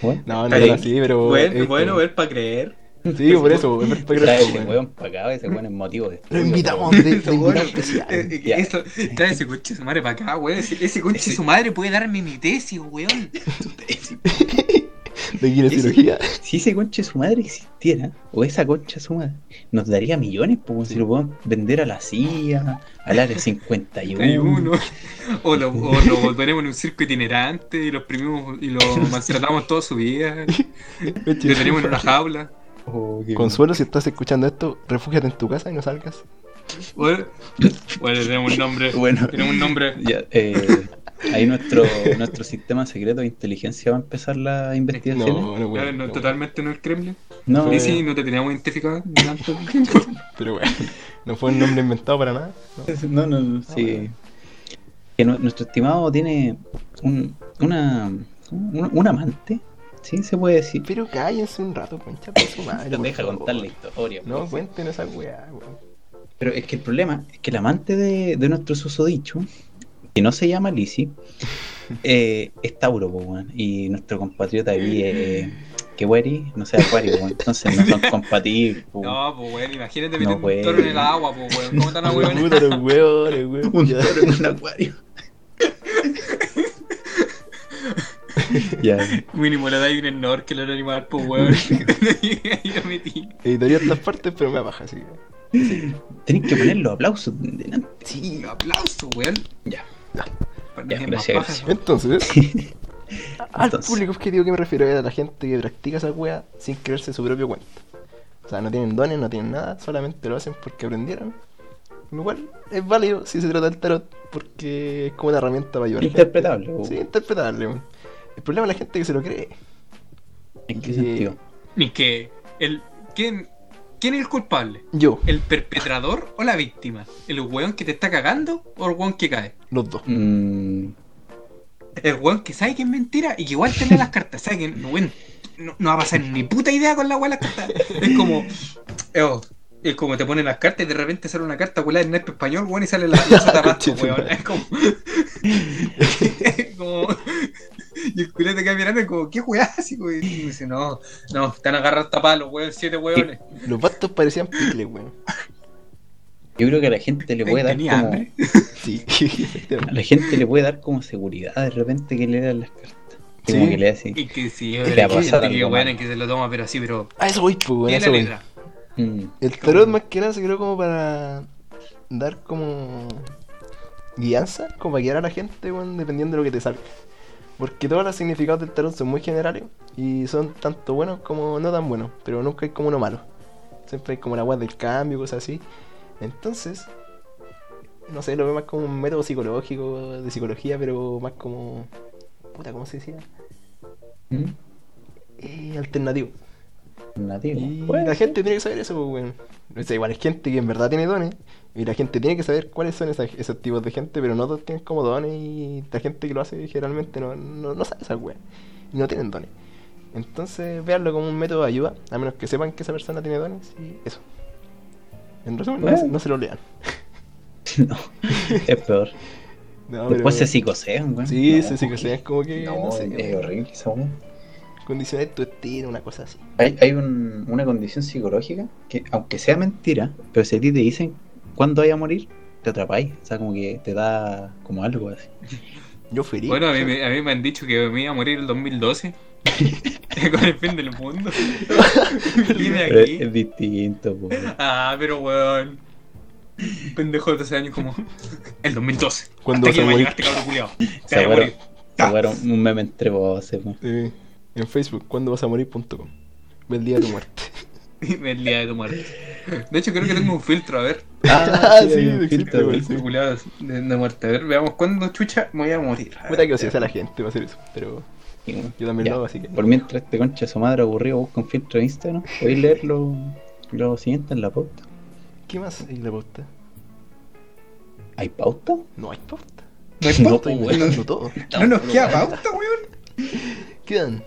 A: Bueno.
C: No, no era así, pero. he
B: Bueno,
C: visto-
B: bueno, ver para creer.
C: Sí, por eso, es
A: Trae
C: para creer,
A: ese
C: weón.
A: weón para acá, ese weón es motivo de.
C: Lo invitamos
A: *laughs*
C: de, de
B: Eso, weón.
C: invitado especial.
B: Eh, eh,
A: Ya.
B: eso, trae ese coche su madre para acá, weón. Ese, ese coche su madre puede darme mi tesis, weón.
C: De kinesiología.
A: Si ese concha de su madre existiera, o esa concha de su madre, nos daría millones, pues, si lo podemos vender a la CIA, al área 51.
B: Hay uno. O lo, o lo volveremos en un circo itinerante y lo exprimimos y lo maltratamos toda su vida. Lo tenemos en una jaula.
A: Oh, qué
C: Consuelo, si estás escuchando esto, refúgiate en tu casa y no salgas.
B: Bueno, bueno, tenemos un nombre.
A: Bueno.
B: Tenemos un nombre.
A: Ya, eh, ahí nuestro, nuestro sistema secreto de inteligencia va a empezar la investigación. No,
C: no,
B: Claro, Ah, no, totalmente no el Kremlin.
A: no, eh,
B: Y si no te teníamos identificado tanto.
C: Pero bueno, *laughs* no fue un nombre inventado para nada. No.
A: no, no, no, sí. Que nu- nuestro estimado tiene un, una, un, un amante, ¿sí? Se puede decir.
C: Pero cállense un rato, concha, por su madre. por
A: Deja
C: favor.
A: contar la historia.
C: No,
A: pues.
C: cuenten esa weá, weón.
A: Pero es que el problema es que el amante de, de nuestro susodicho, que no se llama Lizzie, eh, es Tauro, po, weón, y nuestro compatriota ahí eh, que Weri, no sea Acuario, po, entonces no son compatibles. po.
B: No, pues weón, imagínate
A: No,
B: meter
A: weón.
B: un toro en el agua, pues weón. ¿Cómo están a weón?
C: Puta, los huevones, weón. Ya.
A: en un acuario. *laughs* ya.
B: Mínimo le dais un *laughs* enorme que lo van a animar, pues weón. Ahí lo metí.
C: Editaría estas partes, pero me abaja, así. que-
A: Tenés que poner los aplausos delante.
C: Sí.
B: Aplauso, weón.
A: Ya.
B: Para
A: Ya,
B: que
A: gracias,
B: más
A: gracias.
B: bajas,
A: *laughs*
C: Entonces, al
A: Entonces.
C: público objetivo que me refiero es a la gente que practica esa wea sin creerse su propio cuento. O sea, no tienen dones, no tienen nada, solamente lo hacen porque aprendieron. Lo cual es válido si se trata del tarot, porque es como una herramienta para ayudar.
A: Interpretable.
C: Sí, interpretable. weón. El problema es la gente que se lo cree.
A: ¿En qué
C: Sí.
A: sentido?
B: Ni que el quién quién es el culpable,
C: Yo,
B: el perpetrador o la víctima, el weón que te está cagando o el weón que cae,
C: los dos.
A: Mm,
B: el weón que sabe que es mentira y que igual te lee las cartas, sabe que weón, no, no va a pasar ni puta idea con la weón las cartas, es como oh, es como te ponen las cartas y de repente sale una carta culada en nervio español, weón, y sale la la sota rastro, weón. Es como. *laughs* es como. Y el culé te queda mirando y como, ¿qué weá? Así, weón. Y dice, no, no, están agarrados tapados los weón, siete weones.
C: Los bastos parecían picles, weón.
A: Yo creo que a la gente le puede dar
B: Tenía
A: como.
B: hambre.
C: Sí, *laughs*
A: A
C: efectivamente.
A: la gente le puede dar como seguridad de repente que le dan las cartas. Como
C: Sí.
A: que le hace.
B: Y que sí,
A: Te
B: pero
A: ha
B: hay gente
A: pasado
B: que,
A: algo
B: weón,
A: mal.
B: que se lo toma, pero así, pero.
C: A eso voy, pues, weón, a
B: Tiene
C: eso
B: la
C: voy.
B: letra.
A: mm,
C: El tarot más que nada se creó como para dar como guianza, como para guiar a la gente, weón, dependiendo de lo que te salga. Porque todos los significados del tarot son muy generales y son tanto buenos como no tan buenos, pero nunca hay como uno malo. Siempre hay como la guas del cambio, cosas así. Entonces, no sé, lo veo más como un método psicológico, de psicología, pero más como. Puta, ¿cómo se decía?
A: mm,
C: Eh, alternativo.
A: alternativo.
C: Y
A: Bueno, pues,
C: la gente tiene que saber eso, pues, weón. O sea, igual es gente que en verdad tiene dones. Y la gente tiene que saber cuáles son esas- esos tipos de gente, pero no todos tienen como dones. Y la gente que lo hace generalmente no, no, no sabe esas weas. Y no tienen dones. Entonces, véanlo como un método de ayuda, a menos que sepan que esa persona tiene dones y eso. En resumen, no,
A: Bueno.
C: se- no se lo lean.
A: no, es peor.
C: *laughs* No,
A: Después se
C: pero-
A: psicosean, güey.
C: Sí,
A: No,
C: sí, sí, que sea, es como que.
A: No,
C: No, sé,
A: es
C: weón.
A: horrible esa weá.
C: Condicionar tu estilo, una cosa así.
A: Hay, hay un- una condición psicológica que, aunque sea mentira, pero si a ti te dicen cuándo hay a morir, te atrapáis. O sea, como que te da como algo así.
C: Yo feliz.
B: Bueno, a mí, me- a mí me han dicho que me iba a morir el
C: *laughs*
B: 2012. *laughs* Con el fin del mundo. Vine
C: Eh,
A: Pero es,
B: aquí.
A: es distinto, pues.
B: Ah, pero weón. Un pendejo de 12 años
C: *laughs*
B: como. El 2012.
C: ¿Cuándo
B: Hasta que
C: vas a
B: va a
C: morir?
B: llegar este cabrón
C: *laughs*
B: culiao.
A: Se
B: Te vas a
A: fueron,
B: morir.
A: se fueron un meme entre voces,
C: *laughs*
A: weón.
C: Sí, Eh, en Facebook, cuando vas a morir.com. Ve el día de tu muerte.
B: Dime *laughs* el día de tu muerte. De hecho, creo que tengo un filtro, a ver.
C: Ah, sí,
A: hay un
C: existe,
A: filtro,
C: güey.
A: güey.
C: Sí.
B: Filtro culiao de, de muerte. A ver, veamos cuándo chucha me voy a morir. A
C: Puta
B: ver,
C: que ociosa la gente va a hacer eso, pero
A: Y, weón,
C: yo también
A: ya.
C: lo hago, así que.
A: Por mientras este concha de su madre aburrido busca un filtro de Instagram, podéis leer lo, lo siguiente en la pauta.
C: ¿Qué más hay en la pauta?
A: ¿Hay pauta?
C: No hay pauta.
B: no hay
A: No, *laughs*
B: pauta.
C: Estoy
A: güey.
C: inventando todo.
B: *laughs* No nos queda pauta, weón.
C: Quedan.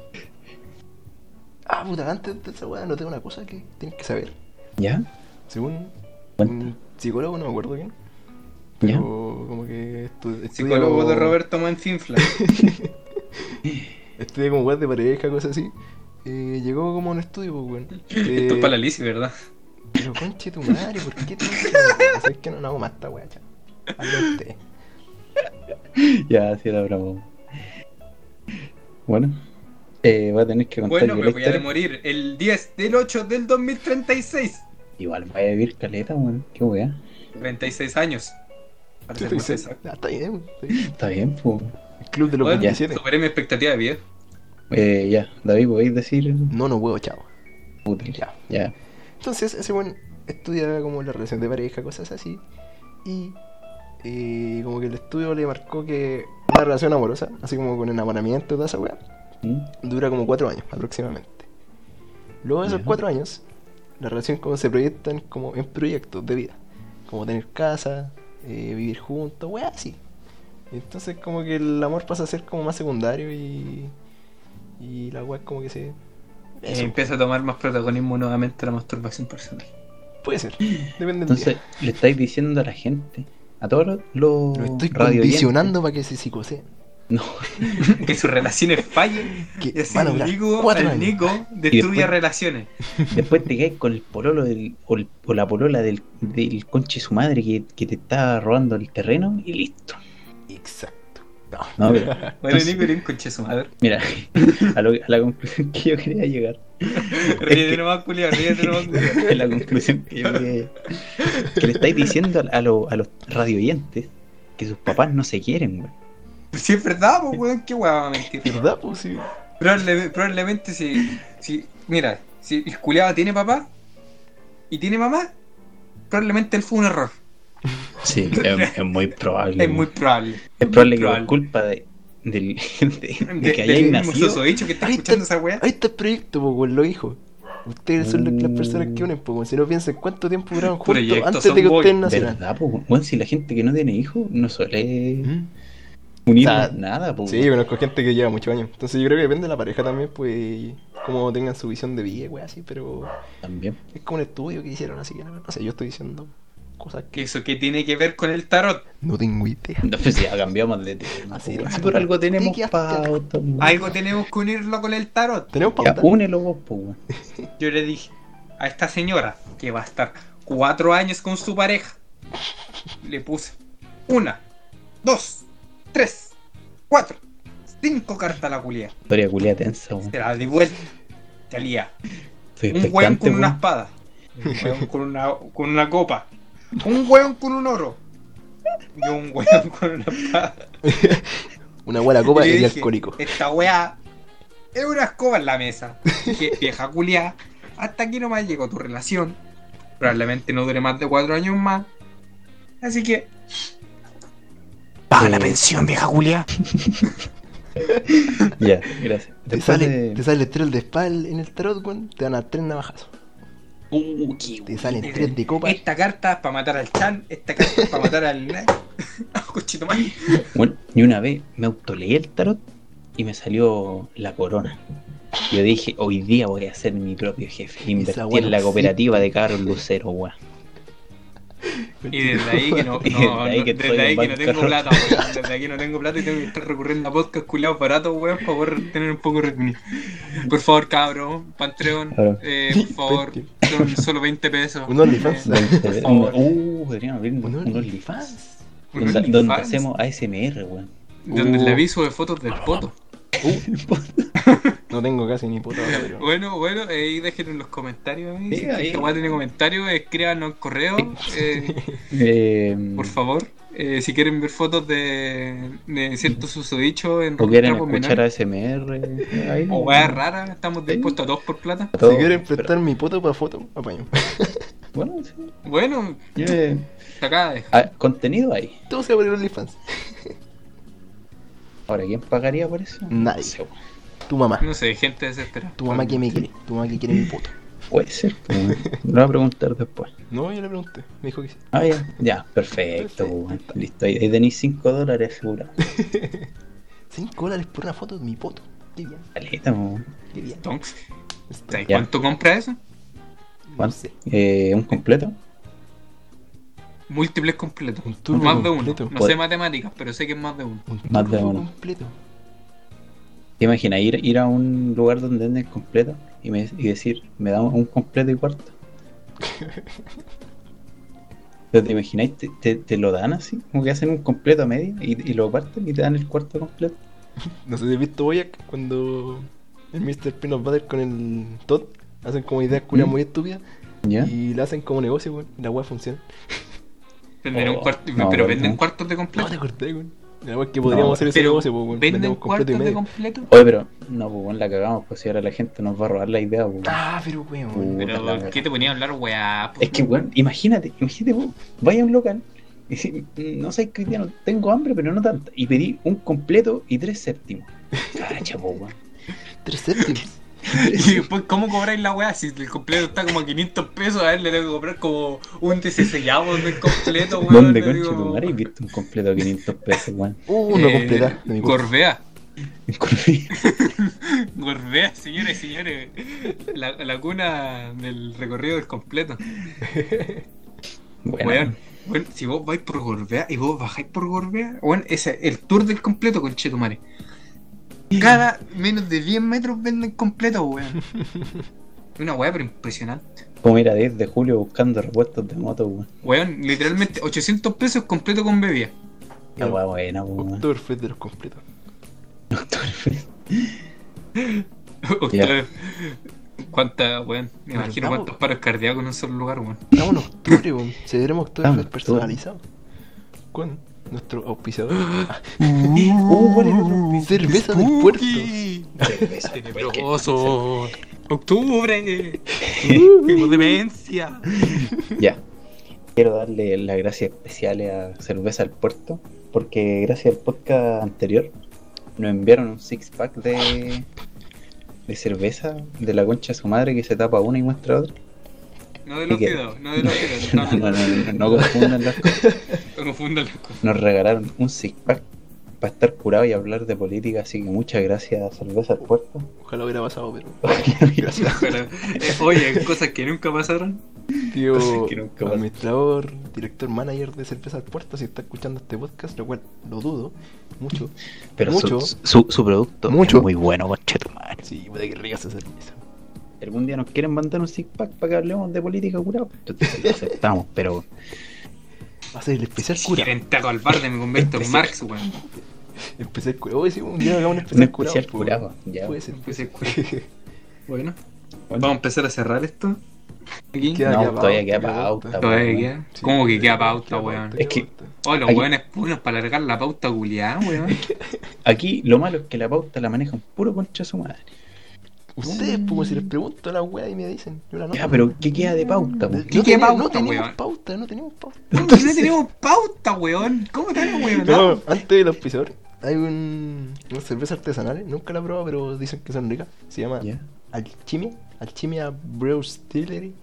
C: Ah, puta, antes de esa weá noté una cosa que tienes que saber.
A: ¿Ya?
C: Según
A: Cuenta.
C: un psicólogo, no me acuerdo quién, pero
A: ¿Ya?
C: como que estu- estudia
B: Psicólogo
C: como-
B: de Roberto Mancinfla.
C: Estudia como weá de pareja, cosas así. Eh, llegó como a un estudio, pues, weón.
B: *laughs* Esto
C: Eh,
B: es para la Lizzy, ¿verdad?
C: Pero conche tu madre, ¿por qué te dices esa weá? *laughs* ¿Sabes que no, no hago más esta weá, chaval? Hazlo usted.
A: Ya, sí, la bravo. Bueno, eh, va a tener que contar
B: Bueno,
A: yo
B: me
A: la
B: voy a
A: historia.
B: morir el 10 del 8 del 2036.
A: Igual voy a vivir caleta, weón. Qué weá.
B: 36 años. Para ser más exacto.
C: Ah, está bien, está bien.
A: Está bien, pues.
C: El club de los
B: Bueno,
C: 27.
B: superé mi expectativa de vida.
A: Eh, ya, David, ¿podéis decir?
C: No, no puedo, chavo.
A: Útil.
C: Ya.
A: Ya.
C: Entonces, ese buen estudia como la relación de pareja, cosas así. Y eh, como que el estudio le marcó que una relación amorosa, así como con enamoramiento y toda esa weá,
A: ¿Mm?
C: dura como cuatro años aproximadamente. Luego de esos
A: Ya.
C: cuatro años, la relación como se proyectan como en proyectos de vida. Como tener casa, eh, vivir juntos, weá, así. Y entonces como que el amor pasa a ser como más secundario y, y la weá como que se...
B: Eh,
C: Eso,
B: empieza a tomar más protagonismo nuevamente la masturbación personal. *laughs*
C: puede ser, depende del día.
A: Entonces, le estáis diciendo a la gente, a todos los, los
C: Lo estoy
A: radioyentes-
C: condicionando para que se psicoseen.
A: No,
B: que sus relaciones fallen.
C: Que
B: Y así
C: van a durar
B: Nico,
C: cuatro
B: el
C: años.
B: Nico
A: Y
B: destruye
A: después-
B: relaciones.
A: después te caes con el pololo del, o, el- o la polola del, del conche su madre que, que te está robando el terreno y listo.
C: Exacto.
A: No, pero,
B: Bueno, Nico, eres un conche su
C: *laughs*
B: madre.
A: mira, *laughs* a, lo- a la conclusión que yo quería
B: *laughs*
A: llegar.
B: Ríete nomás, culiado,
C: *laughs*
B: ríete nomás, culiao.
A: Es la conclusión que yo quería llegar. Que le estáis diciendo a, a lo- a los radioyentes que sus papás no se quieren, güey.
B: Si es verdad, pues, weón, qué weón va a mentir.
C: ¿Verdad, pues? Sí.
B: Probable- probablemente si, si. Mira, si el culiado tiene papá y tiene mamá, probablemente él fue un error.
A: Sí, es, es muy probable.
B: Es muy probable.
A: Es probable que
B: probable.
A: por culpa de, del, de, de
B: De,
A: que
B: que
A: hayáis
B: del mismo
A: nacido.
B: susodicho que está
C: Ahí
B: escuchando
C: está.
B: esa weá.
C: Ahí está el proyecto, pues, weón, lo dijo. Ustedes son las- las personas que unen, pues, weón. Si no piensan cuánto tiempo duraron juntos
B: Proyecto
C: antes de que
B: Sonboy.
C: ustedes nacieran.
A: ¿Verdad, pues? Bueno, si la gente que no tiene hijos no suele
C: ¿Mm?
A: unir
C: O sea,
A: nada, pues.
C: Sí, yo conozco gente que lleva muchos años. Entonces yo creo que depende de la pareja también, pues, y cómo tengan su visión de vida, weón, así, pero
A: También.
C: es como un estudio que hicieron, así que no, no sé, yo estoy diciendo cosas que
B: Que eso que tiene que ver con el tarot.
C: no tengo idea.
A: No, pues ya cambiamos de tema.
C: Así
A: po,
C: es.
A: si por algo tenemos
C: Te quedaste acá.
A: pauta, po.
B: Algo tenemos que unirlo con el tarot.
C: Tenemos
A: Ya,
C: pauta.
A: únelo vos, po, weón.
B: Yo le dije a esta señora que va a estar cuatro años con su pareja. Le puse una, dos, tres, cuatro, cinco cartas a la culia.
A: Historia culia tensa, weón.
B: Se la di vuelta. Salía
A: Estoy
B: un weón
A: expectante,
B: con una
A: weón.
B: espada. Un weón con una, con una copa. Un weón con un oro. Yo un weón con una espada.
C: Una
B: *laughs*
C: buena copa
B: Y yo
C: y
B: dije,
C: alcohólico.
B: Esta weá es una escoba en la mesa.
A: *laughs*
B: Dije, vieja culiá, hasta aquí nomás llegó tu relación. Probablemente no dure más de cuatro años más. Así que. Paga la pensión, vieja culiá.
A: *laughs* Ya, gracias.
C: Te
A: Después
C: sale,
A: de-
C: te sale tres de espal en el tarot, weón. Te dan a tres navajazos.
B: Uh, qué
C: Te salen
B: buena.
C: tres de copa.
B: Esta carta es para matar al Chan, esta carta es para matar al. *laughs* Nai. Ah, cochito mal.
A: Bueno, y una vez me autoleí el tarot y me salió la corona. Yo dije, hoy día voy a ser mi propio jefe. Invertí
C: weá no
A: en la
C: existe.
A: cooperativa de Carlos Lucero,
C: *laughs*
A: weón.
B: Y desde
A: *laughs*
B: ahí que no,
A: Y
B: no,
A: desde
B: no-
A: ahí que
B: desde
A: estoy
B: ahí
A: en
B: que no tengo
A: bancarrota.
B: plata, weón. Desde ahí que no tengo plata y tengo que estar recurriendo a podcast culiados baratos, weón, para poder tener un poco de reunión. Por favor, cabrón, Patreon,
A: Cabrón.
B: eh,
A: *laughs*
B: por favor, son solo 20 pesos.
C: Un OnlyFans.
B: Eh, favor.
A: Uh, podrían abrir un,
C: Un
A: un OnlyFans.
C: OnlyFans.
B: un
A: Donde,
B: OnlyFans,
A: donde hacemos ASMR, weón.
B: Donde
C: Uh.
B: le aviso de fotos del poto.
C: *laughs* No tengo casi ni puta, pero.
B: Bueno, bueno, eh, ahí déjenlo en los comentarios.
A: Sí,
B: Si sí,
A: ahí.
B: tiene comentarios, escríbanos en correo. Eh,
A: *laughs* Eh,
B: Por favor, eh, si quieren ver fotos de, de ciertos susodichos en
A: o quieren
B: Trapos
A: escuchar
B: Menores,
A: ASMR. eh, Ahí,
B: o weas raras, estamos dispuestos a todos por plata.
A: a todo,
C: Si quieren prestar mi poto para foto, apaño. *laughs*
A: pero bueno, sí,
B: Bueno,
A: yo, eh,
B: acá deja.
A: ah, contenido ahí.
C: Todo se va a poner OnlyFans.
A: Ahora, ¿quién pagaría por eso?
C: Nadie.
A: Sí, weón.
C: Tu mamá.
B: No sé, gente desesperada.
C: Tu mamá que me quiere. Tu mamá que quiere mi poto.
A: Puede ser. weón. Lo voy a preguntar después.
C: No, yo le pregunté. Me dijo que sí.
A: Ah, ya. Ya, perfecto.
C: Perfecto.
A: weón. Listo, ahí ahí tenéis 5 dólares seguro.
C: 5 dólares por una foto de mi poto. Qué bien,
A: Caleta, weón.
C: qué bien.
B: Entonces,
C: Está-
B: ¿sabes
A: Ya.
B: cuánto compra eso?
C: No sé.
A: Eh, ¿Un completo?
B: Múltiples completos.
C: Un turno
B: Más de uno.
C: completo.
B: No
A: Puede-
B: sé matemáticas, pero sé que es más de uno.
C: Un
A: Más de
C: turno
A: uno.
C: completo.
A: ¿Te imaginas ir, ir a un lugar donde venden completo y, me, y decir, me da un completo y cuarto? Pero ¿Te imagináis? Te, te- te lo dan así? Como que hacen un completo a media y, y lo parten y te dan el cuarto completo.
C: No sé si has visto Boyac cuando el Mr. Peanut Butter con el Todd hacen como ideas culias
A: ¿Mm?
C: muy estúpidas
A: ¿Ya?
C: y la hacen como negocio, weón. La weá funciona.
B: Tendrán
A: Oh,
B: un cuarto,
A: no,
B: pero
A: bueno.
B: venden cuartos de
C: *laughs* No te
B: completo.
C: corté, weón. La weá es que podríamos
A: No,
C: hacer ese
B: pero
C: negocio, pues, weón.
B: ¿Venden
C: Vendemos completo y
B: cuartos de
C: medio.
B: completo?
A: Oye, pero no, pues bueno, la cagamos, pues si ahora la gente nos va a robar la idea, pues. bueno.
C: Ah, pero weón.
A: Puta la
B: Pero,
A: wea.
B: ¿qué te ponía a hablar, weá? po?
A: Es que, weón, imagínate, imagínate, weón, vaya a un local y si, no soy cristiano, tengo hambre, pero no tanta. Y pedí un completo y tres
B: *laughs*
A: séptimos. Cacha, po, weón.
C: Tres séptimos.
B: *laughs* Y después, ¿cómo cobráis la weá? Si el completo está como a 500 pesos, a él le tengo que comprar como un desesellado del completo, weón.
A: ¿Dónde
B: le
A: concha
B: digo,
A: tu madre has visto un completo de 500 pesos, weón?
C: *laughs*
A: *laughs*
C: Uh, no
B: eh,
C: *laughs* completa. de mi culpa.
B: Gorbea.
A: En Corfí.
B: Gorbea, señores y señores. La, la cuna del recorrido del completo.
A: Bueno,
B: Weón, weón, si vos vais por Gorbea y vos bajáis por Gorbea, weón, ese el tour del completo con Chetumare. Cada menos de 10 metros venden
A: *laughs*
B: completo, weón. Una weá, pero impresionante.
A: como ir a 10 de julio buscando repuestos de moto, weón.
B: Weón, literalmente 800 pesos completo con bebida. *laughs*
A: La weá buena, po, weón.
C: Oktoberfest de los completos.
A: Oktoberfest.
B: Usted, ¿Cuánta, weón? Me
C: Pero
B: imagino
C: vamos.
B: cuántos paros cardíacos en un solo lugar, weón.
C: Estamos en octubre, weón. Celebremos
A: Estamos
C: Oktoberfest
A: en
C: personalizado. Con nuestro *gasps* auspiciador.
A: Uh, ¿cuál es el otro?
C: Cerveza del puerto.
A: Cerveza.
B: Tenebroso. Octubre. *laughs* Tengo demencia.
A: Ya. Quiero darle las gracias especiales a Cerveza al Puerto, porque gracias al podcast anterior nos enviaron un six pack de, de cerveza de la concha de su madre que se tapa una y muestra otra.
B: No de los
A: ¿Qué?
B: dedos, no de los
A: *laughs*
B: dedos.
A: No, no, no, no, no confundan las cosas.
B: No confundan las cosas.
A: Nos regalaron un six pack para estar curado y hablar de política, así que muchas gracias a Cerveza al Puerto.
C: Ojalá hubiera pasado, *laughs* pero.
A: *laughs* gracias.
B: Pero, eh, oye, cosas que nunca pasaron.
C: Tío, *laughs*
A: Cosas que nunca pasan.
C: administrador, director, manager de Cerveza al Puerto, si está escuchando este podcast, lo cual lo dudo mucho.
A: Pero su,
C: Mucho.
A: su, su producto
C: Mucho.
A: es muy bueno, conchetumare.
C: Sí, puede que rica esa cerveza.
A: algún día nos quieren mandar un six pack para que hablemos de política curado, entonces lo aceptamos, *laughs* pero
C: Va a ser el especial
B: Si
C: cura.
B: quieren taco al bar de me convierto en Marx, weón.
C: Especial cura. Hoy sí, un día hagamos un
A: un
C: especial
B: pues,
C: curado.
A: especial curado.
C: po.
A: Ya.
C: Puede
A: *laughs*
C: ser.
B: Especial
C: puede ser.
B: Pues Bueno, vamos a empezar a cerrar esto. Aquí.
C: Queda-
A: No, todavía queda pauta,
B: Todavía queda.
C: Sí,
B: ¿Cómo que queda
C: queda
B: pauta,
C: pauta,
B: weón?
C: queda
A: Es que-
C: pauta.
B: Oh, los
A: Aquí-
B: weones punos para alargar la pauta culiada, weón.
A: Aquí lo malo es que la pauta la manejan puro contra su madre.
C: Ustedes, como si les pregunto a la wea y me dicen. Yo la noto.
A: Ya, pero ¿qué queda de pauta? pues? po?
C: No,
B: ¿Qué
C: tenía- no
B: pauta,
C: teníamos
B: weón?
C: pauta, no teníamos pauta.
B: No, que no tenemos pauta, weón. ¿Cómo tal, weón?
C: No, antes del auspiciador hay un, unas cervezas artesanales, nunca la he probado, pero dicen que son ricas. Se llama
A: Ya.
C: Alchimia, Alchimia Brew Distillery,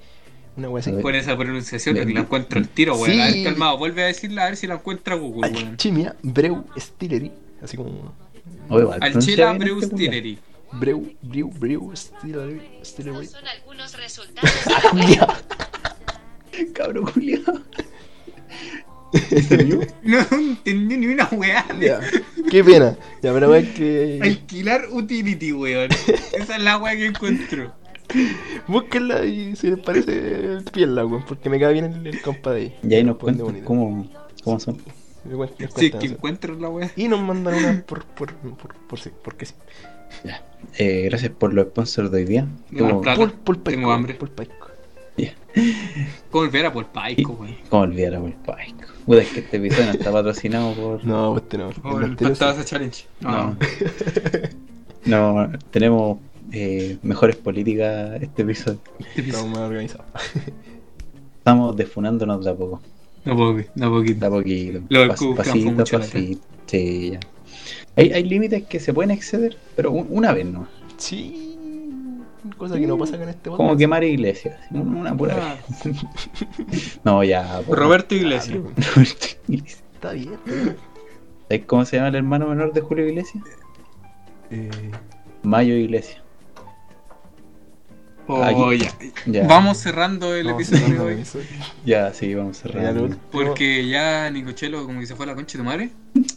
C: una wea así.
A: A ver.
B: Con esa pronunciación
A: Bien.
B: la encuentro el tiro, weón. A
C: Sí.
B: ver, calmado, vuelve a decirla a ver si la encuentra Google, weón.
C: Alchimia Brew Distillery, así como
A: Oye, va, pronuncia
B: Alchela
A: bien
B: Brew
A: este culiao.
B: Distillery.
C: Brew, Brew, Brew Distillery, Distillery.
A: *laughs*
F: Estos son algunos resultados.
C: Ya,
A: *laughs* Cabro
B: *laughs*
A: culiado. ¿Ese mío?
B: *laughs* No entendí ni una weá.
C: ya. *laughs* Qué pena. Ya, pero es que
B: Alquilar utility,
A: *laughs*
B: weón. Esa es la weá que encuentro.
C: búsquenla y si les parece piel la weón, porque me cae bien el, el compa de ahí.
A: Y ahí nos
C: Pone
A: cuentan
C: bonito.
A: cómo, cómo son.
C: Me cuen-
B: Si
C: me
B: es
C: cuentan
B: que
C: eso.
B: encuentro la weá.
C: Y nos mandan una por, por, por, por sí, porque sí.
A: Eh, gracias por los sponsors de hoy día.
B: No,
A: Como,
B: plata.
C: Pul- pulpaico,
B: Tengo hambre.
C: pulpaico.
B: ¿Cómo volver a por Paico, weón?
A: como olvidar a Wolfpack. Puta, es que este episodio no está patrocinado por.
C: No, este no. el
B: O Oh, el
C: norteño sí.
B: Pastaza Challenge. No.
A: No. *laughs* No, tenemos eh, mejores políticas este episodio.
C: Estamos más organizados.
A: Estamos defunándonos de a poco.
B: No puedo, creer, no puedo
A: De
B: creer.
A: a poquito.
B: Lo del
A: Pas-
B: cubo, campo,
A: pasito,
B: mucho
A: a
B: la
A: pasito. Sí, ya. Hay, hay límites que se pueden exceder, pero un- una vez no.
C: Sí. Cosa que no pasa con este
A: Como quemar iglesias. un- Una pura
B: Ah,
A: vez. No, ya. pues, po. *laughs*
B: Roberto
C: *laughs*
B: Iglesias.
C: Claro,
A: Roberto Iglesias.
C: Está bien. está bien.
A: ¿Sabes cómo se llama el hermano menor de Julio Iglesias?
C: Eh,
A: Mayo Iglesias.
B: Oh,
A: Aquí.
B: ya.
A: Ya.
B: Vamos cerrando el
C: vamos
B: episodio de
C: cerrando
B: hoy.
C: eso.
A: Ya, sí, vamos a
C: Ya
A: cerrar.
C: lo último.
B: Porque ya Nicochelo como que se fue a la concha de tu madre.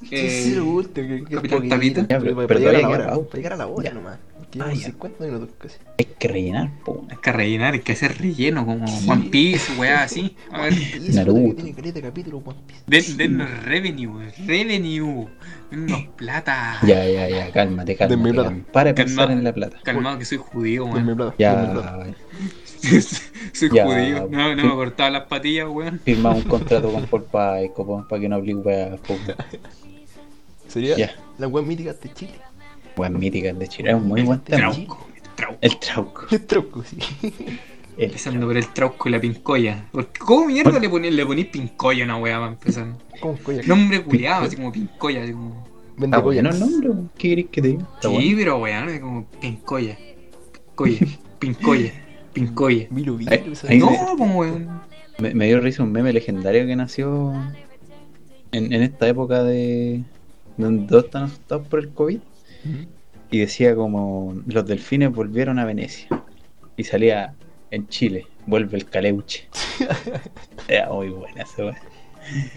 C: Sí, sí, lo último, que- que
B: Eh, Capitán
C: poquito.
B: Tapita.
A: Ya, pero- pero
C: Para- para llegar a la
A: todavía
C: hora,
A: queda pauta.
C: para llegar a la hora
A: Ya.
C: nomás. Porque
A: Ah,
C: llevamos
A: ya.
C: 50 minutos casi.
A: Hay que rellenar, po.
B: Hay que rellenar, hay que hacer relleno como
C: Sí.
B: One Piece, weá, así. A ver.
C: Y eso
A: Naruto.
C: que Tiene caleta de capítulo, pues, One Piece.
B: Den, dennos revenue, revenue.
C: *laughs*
B: Dennos plata.
A: Ya, ya, ya, cálmate, cálmate.
C: Denme plata.
A: calma. Para de pensar
B: Calma.
A: en la plata.
B: Calmado que soy judío,
C: Denme
B: weón.
C: plata, denme plata.
A: Ya,
B: *laughs* soy
A: Ya.
B: judío. No, no me cortaba las patillas, weón.
A: firmamos un contrato con Polpaico para que no aplique para Poco.
C: Sería
A: Ya.
C: la web mítica de Chile. *laughs*
A: Buen mítica de Chile, es un muy buen tema.
B: Trauco, trauco.
A: El trauco.
C: Qué truco, *laughs* sí.
A: El...
B: Empezando por el trauco y la pincoya. Porque, ¿Cómo mierda le ponís le ponís pincoya a una weá para empezar?
C: Como coya.
B: Nombre culiado, así como pincoya, así como.
C: Vende
A: Está Ah, bueno
C: collares.
A: el nombre, weón. ¿qué querés que te diga? Está
B: Sí,
A: bueno.
B: pero weón, es como pincoya. Pincoya, pincoya, pincoya.
C: Viru, viru,
A: Ahí-
C: esa-
A: ahí
B: No,
A: me-
B: pues weón.
A: Me, me dio risa un meme legendario que nació en, en esta época de. donde todos están asustados por el COVID.
C: Ujú.
A: Y decía como: los delfines volvieron a Venecia. Y salía en Chile, vuelve el caleuche. Era muy buena esa weá.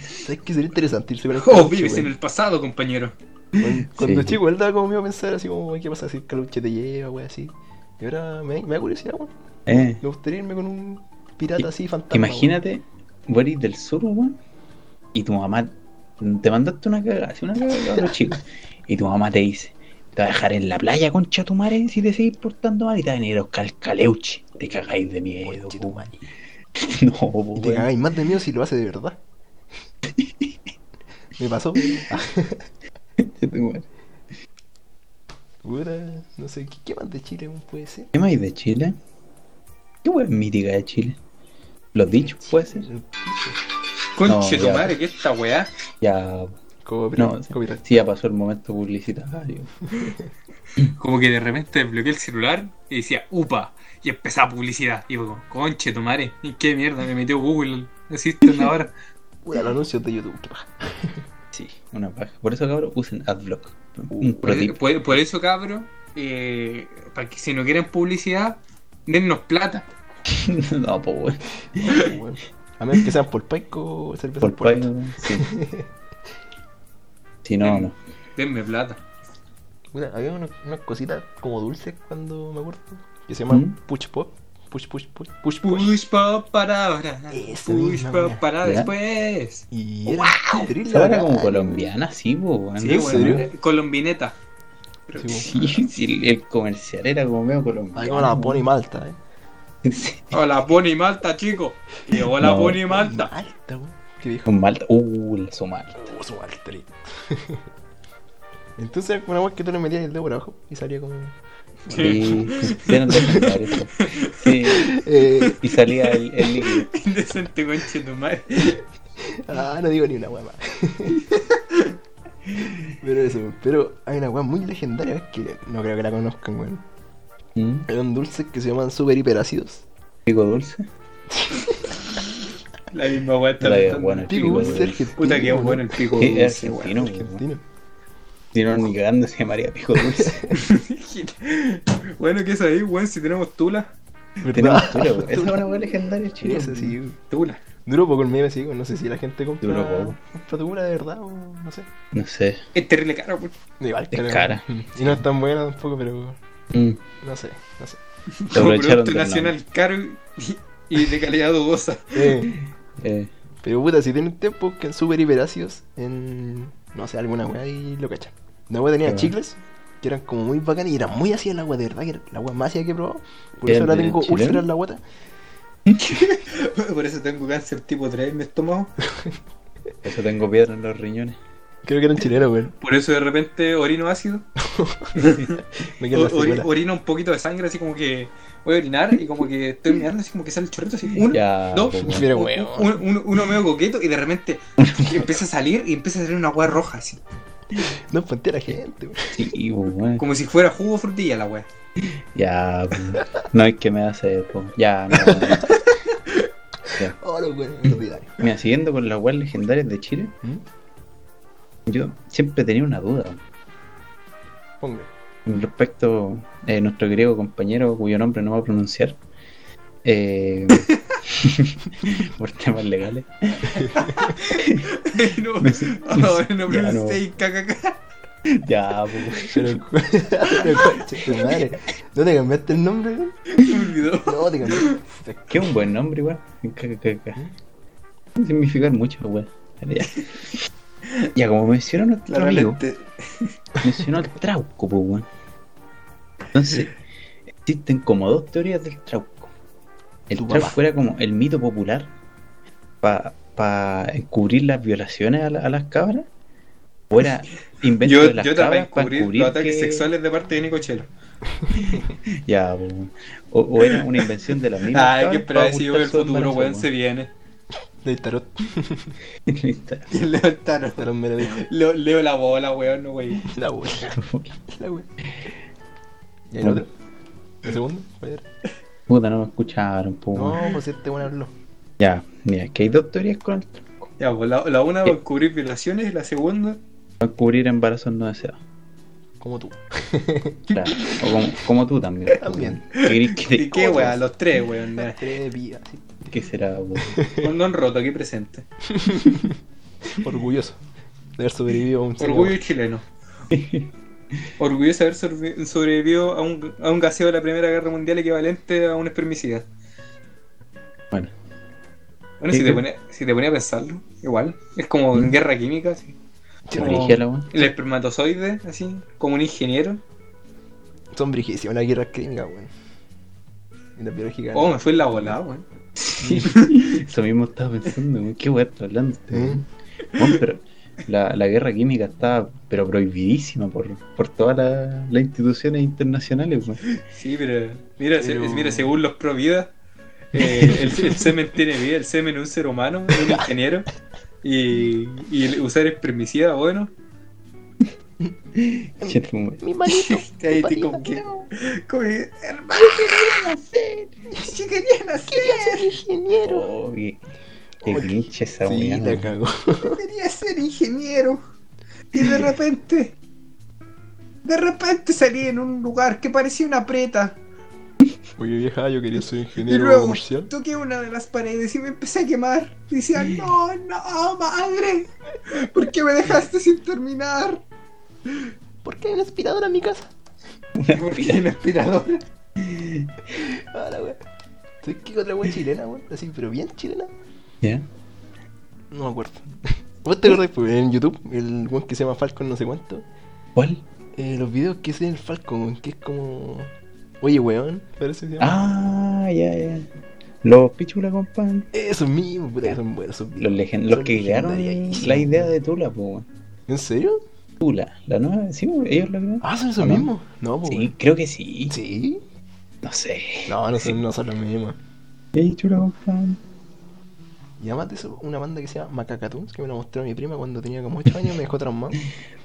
C: ¿Sabes qué sería interesante *laughs* irse con el
B: Oh,
C: caluche,
B: vives
C: güey?
B: en el pasado, compañero.
C: Cuando- Cuando
A: Sí.
C: chico, él daba como miedo a pensar así como, "Uy, ¿qué pasa si el caluche te lleva, güey, así? Y ahora me, me da curiosidad, güey.
A: Eh,
C: Me gustaría irme con un pirata así, fantasma.
A: imagínate, vos eres del sur, weón, y tu mamá te mandaste una cagada, así una cagada, cabrón chico. Y tu mamá te dice, te va a dejar en la playa, concha tu madre, si te seguís portando mal y te va a venir a buscar el caleuche. Te cagáis de miedo,
C: Conche tu
A: po. *laughs* No, po,
C: Y te
A: weón.
C: cagáis más de miedo si lo hace
B: *laughs*
C: de verdad. Me pasó.
A: Conche tu madre.
C: Puta, no sé, ¿qué, qué más de Chile weón, puede ser?
A: ¿Qué más hay de Chile? ¿Qué weón mítica de Chile? Los dichos, puede ser.
B: Conche
A: No,
B: tu
A: ya.
B: madre, que esta weá.
A: Ya,
C: Copyright.
A: no,
C: copyright.
A: sí, ya pasó el momento publicitario.
B: Como que de repente desbloqueé el celular y decía UPA. Y empezaba publicidad. Y fue como, conche tu madre. ¿Y qué mierda? Me metió Google Assistant ahora.
A: *laughs*
C: Puta, los anuncios de YouTube, qué
B: *laughs*
C: paja.
A: Sí, una paja. Por eso, cabrón, usen Adblock.
C: Uh,
A: Un
B: Por,
A: pro tip.
B: por- por eso, cabro, eh, para que si no quieren publicidad, dennos plata.
A: *laughs* no, pues, weón.
C: Weón. A menos que sean por Paico o cerveza
A: Por
C: por Puerto.
A: país, sí. *laughs* Si no, no.
B: Denme plata.
C: Puta, había uno- unas cositas como dulces cuando me acuerdo. Que se llaman
A: ¿Mm?
C: Push Pop. Push, push, push, push, push.
B: Push pop para ahora.
C: Esa
B: Push
C: misma
B: pop
C: wea.
B: para
A: ¿Ya?
B: después.
C: Y era terrible
A: Esa era
C: bacán.
A: como colombiana, sí, po, weón.
B: Sí,
A: Esa,
B: bueno,
C: serio?
B: eh, Colombineta. Pero-
C: Sí, weón.
A: *laughs* Sí, sí, el- el comercial era como medio colombiano.
C: Ahí como la Pony Malta,
A: *laughs*
C: eh.
A: Sí,
B: Hola, Pony Malta, chico. Y hola,
A: No,
B: Pony Malta.
C: Malta, weón. Qué viejo.
A: Con Malta. Uh, la su Malta.
C: Oso Maltri. *laughs* Entonces era como una weá que tú le metías el dedo por abajo y salía como.
A: Sí, sí, no te voy a contar eso. Sí,
C: Eh,
A: y salía el, el líquido.
B: *laughs* Indecente conche tu madre.
C: *laughs* ah, no digo ni una weá más. *laughs* Pero eso, weón. pero hay una weá muy legendaria que no creo que la conozcan, weón.
A: ¿Mm?
C: Eran dulces que se llaman super hiperácidos.
A: Pico dulce.
B: La misma weá está
A: La
B: contando.
A: buena, el
C: Pico
A: pico
C: dulce
A: dulce.
C: argentino.
B: Puta que es
C: weón.
B: bueno el pico
A: Sí, *laughs* es
B: dulce, weón.
A: argentino, weón.
C: Argentino.
A: Si no, ni cagando se llamaría pico dulce.
B: *laughs* Bueno, ¿qué sabéis, weón? Si tenemos tula.
A: Tenemos
C: ¿Verdad?
A: tula, weón. Esa es una weá legendaria chile.
C: Ese sí, weón.
B: Tula.
C: Duró poco el meme, sí, weón. no sé si la gente compra,
A: Duró poco.
C: compra tula de verdad o no sé.
A: No sé.
B: Es terrible caro, weón.
C: Igual, creo.
A: cara.
C: Y no es tan buena tampoco, pero
A: Mm.
C: no sé, no sé.
A: Se
B: Como
A: aprovecharon
B: producto
A: del
B: nacional caro y, y de calidad dudosa. *laughs*
C: Eh,
A: nombre. Eh,
C: *laughs* pero puta, si tienen tiempo, busquen super hiperácidos en, no sé, alguna weá y lo cachan. Una weá tenía
A: Claro.
C: chicles, que eran como muy bacanas y eran muy ácidas el agua, de verdad, que era la weá más ácida que he probado. Por
A: ¿Eran
C: eso ahora
A: de
C: tengo
A: Chile?
C: úlceras en la guata.
B: Por eso tengo cáncer tipo 3 en mi estómago.
A: por eso tengo piedra en los riñones.
C: Creo que eran chilenos, weón.
B: Por eso de repente orino ácido.
C: Me quedan las
B: O- ori-
C: secuelas.
B: orino un poquito de sangre, así como que voy a orinar y como que estoy orinando, así como que sale el chorrito. Así. Uno,
A: Ya,
B: dos,
A: pues,
B: un-
A: weón.
C: Pero,
B: un-
C: weón.
B: un- uno- uno medio coqueto y
A: *laughs*
B: de repente empieza a salir y empieza a salir una weá roja, así.
C: No espanté a la gente, weón.
A: Sí, pues, weón.
B: Como si fuera jugo frutilla la *laughs* weá.
A: Ya, pues. no es que me hace, po. Ya, no.
C: Oh, los weones ordinarios.
A: Mira, siguiendo con las weas legendarias de Chile,
C: ¿Mm?
A: yo siempre tenía una duda
C: Ponga.
A: respecto a nuestro griego compañero, cuyo nombre no va a pronunciar, eh, *laughs* por temas legales.
B: no,
A: Me sé-
B: ahora
A: *laughs*
B: no
A: Ya, no.
B: pronuncié KKK.
A: Ya, pues,
C: Pero, *laughs* pero concha tu *laughs* madre. ¿No te cambiaste el nombre, weón?
B: *laughs* Se me olvidó.
C: No, te cambiaste.
A: qué un buen nombre, igual. Puede significar mucho, weón. Pero Ya. ya, como mencionó nuestro amigo,
B: Claramente.
A: mencionó al trauco, pues, weón. Entonces, existen como dos teorías del trauco. El
C: Tu
A: trauco
C: papá.
A: era como el mito popular para encubrir las violaciones a, la- a las cabras, o
B: *laughs*
A: era invento
B: Yo,
A: de las
B: yo trataba de
A: cabras para
B: descubrir
A: encubrir
B: los ataques
A: que-
B: sexuales de parte de Nicochelo.
A: Ya, pues, weón. o, o era una invención de las
B: *laughs*
A: mismas
B: Ay, Ah,
A: cabras
B: que esperar
A: para
B: si yo veo el
A: ocultar su
B: futuro,
A: embarazo,
B: weón,
A: *laughs*
B: se viene.
C: De tarot.
A: weón. *laughs* Listo.
B: Levantaron.
C: Tarot me lo dijo.
B: Leo, leo la bola, weón, no, weón.
C: La bola. La bola. ¿Y el otro? ¿El segundo? A ver.
A: Puta, no me escucharon, pues,
C: No,
A: weón.
C: pues este bueno habló.
A: Ya, mira, es que hay dos teorías con el trauco.
B: Ya, pues la, la una
A: Eh.
B: va a cubrir violaciones y la segunda.
A: Para encubrir embarazos no deseados.
C: Como tú.
A: Claro. O como, como tú también. pues,
C: *laughs* También.
A: weón. ¿Qué querés
C: *laughs*
A: que te-
B: ¿Y qué, weón? Los tres, weón. nada.
C: Tres vías. sí.
A: ¿Qué será, weón?
B: Un don roto
A: *laughs*
B: aquí presente.
C: Orgulloso. De haber sobrevivido a un
B: Orgullo
A: *laughs*
B: chileno. Orgulloso de haber sorvi- sobrevivido a un, a un gaseo de
C: *laughs*
B: la Primera Guerra Mundial equivalente a un espermicida.
A: Bueno.
B: Bueno, si te ponía, si te ponía a pensarlo, igual. Es como en guerra química, así.
A: Mm. Se
B: Como
A: dirigía la
C: *laughs*
A: weón.
B: El espermatozoide, así, como un ingeniero.
C: Son brijísimas las guerras químicas, weón. Y la biológica.
B: Oh, me fue en la volada, weón.
A: Eso mismo estaba pensando, weón. Qué weón está hablando. este
C: ¿Eh?
A: weón? Weón, pero la, la guerra química está pero prohibidísima por, por todas las las instituciones internacionales,
C: *laughs*
A: weón.
B: Sí, pero. Mira, se-
C: Pero-
B: mira según los pro vida, eh, el, el semen tiene vida, el semen es un ser humano, es un ingeniero. Y, y el usar espermicida, bueno.
A: Che, este tu madre.
C: Mi manito.
B: Ahí te como que. como que-
A: Oh, qué qué
C: Oh,
A: glitch esa
C: Sí,
A: weá,
C: la
A: weón.
C: cagó.
E: Quería ser ingeniero. Y de repente. De repente salí en un lugar que parecía una preta.
C: Oye, vieja, yo quería ser
E: Y
C: ingeniero
E: luego
C: comercial.
E: toqué una de las paredes y me empecé a quemar. Decía, no, no, madre. ¿Por qué me dejaste sin terminar?
C: ¿Por qué hay una aspiradora en mi casa?
E: ¿Por qué
A: *laughs*
E: me aspiradora?
C: Ah, la weón. ¿Sabes qué otra weón chilena, weón? Así, pero bien chilena.
A: ¿Ya?
C: No me acuerdo. *laughs* ¿Vos te acordás pues, en YouTube? El weón que se llama Falcon no sé cuánto.
A: ¿Cuál?
C: Eh, los videos que hacen el Falcon, weón, que es como. Oye, weón, parece que se llama.
A: Ah, ya, ya. Los pichula, compadre.
C: Esos mismos, puta, que son buenos. Son...
A: Los, legen- los
C: Son
A: que crearon
C: legendarios.
A: la idea de Tula, po, weón.
C: ¿En serio?
A: Tula, la nueva, sí, po, ellos la crearon.
C: Ah, son esos
A: ¿O no?
C: mismos. No, pues.
A: Sí,
C: weón.
A: creo que sí.
C: ¿Sí?
A: No sé.
C: No, no son, no son los mismos.
A: Ey, chula, compadre.
C: Y además de eso, una banda que se llama Macacatunes, que me la mostró mi prima cuando tenía como 8 años, me dejó
A: *laughs*
C: traumado.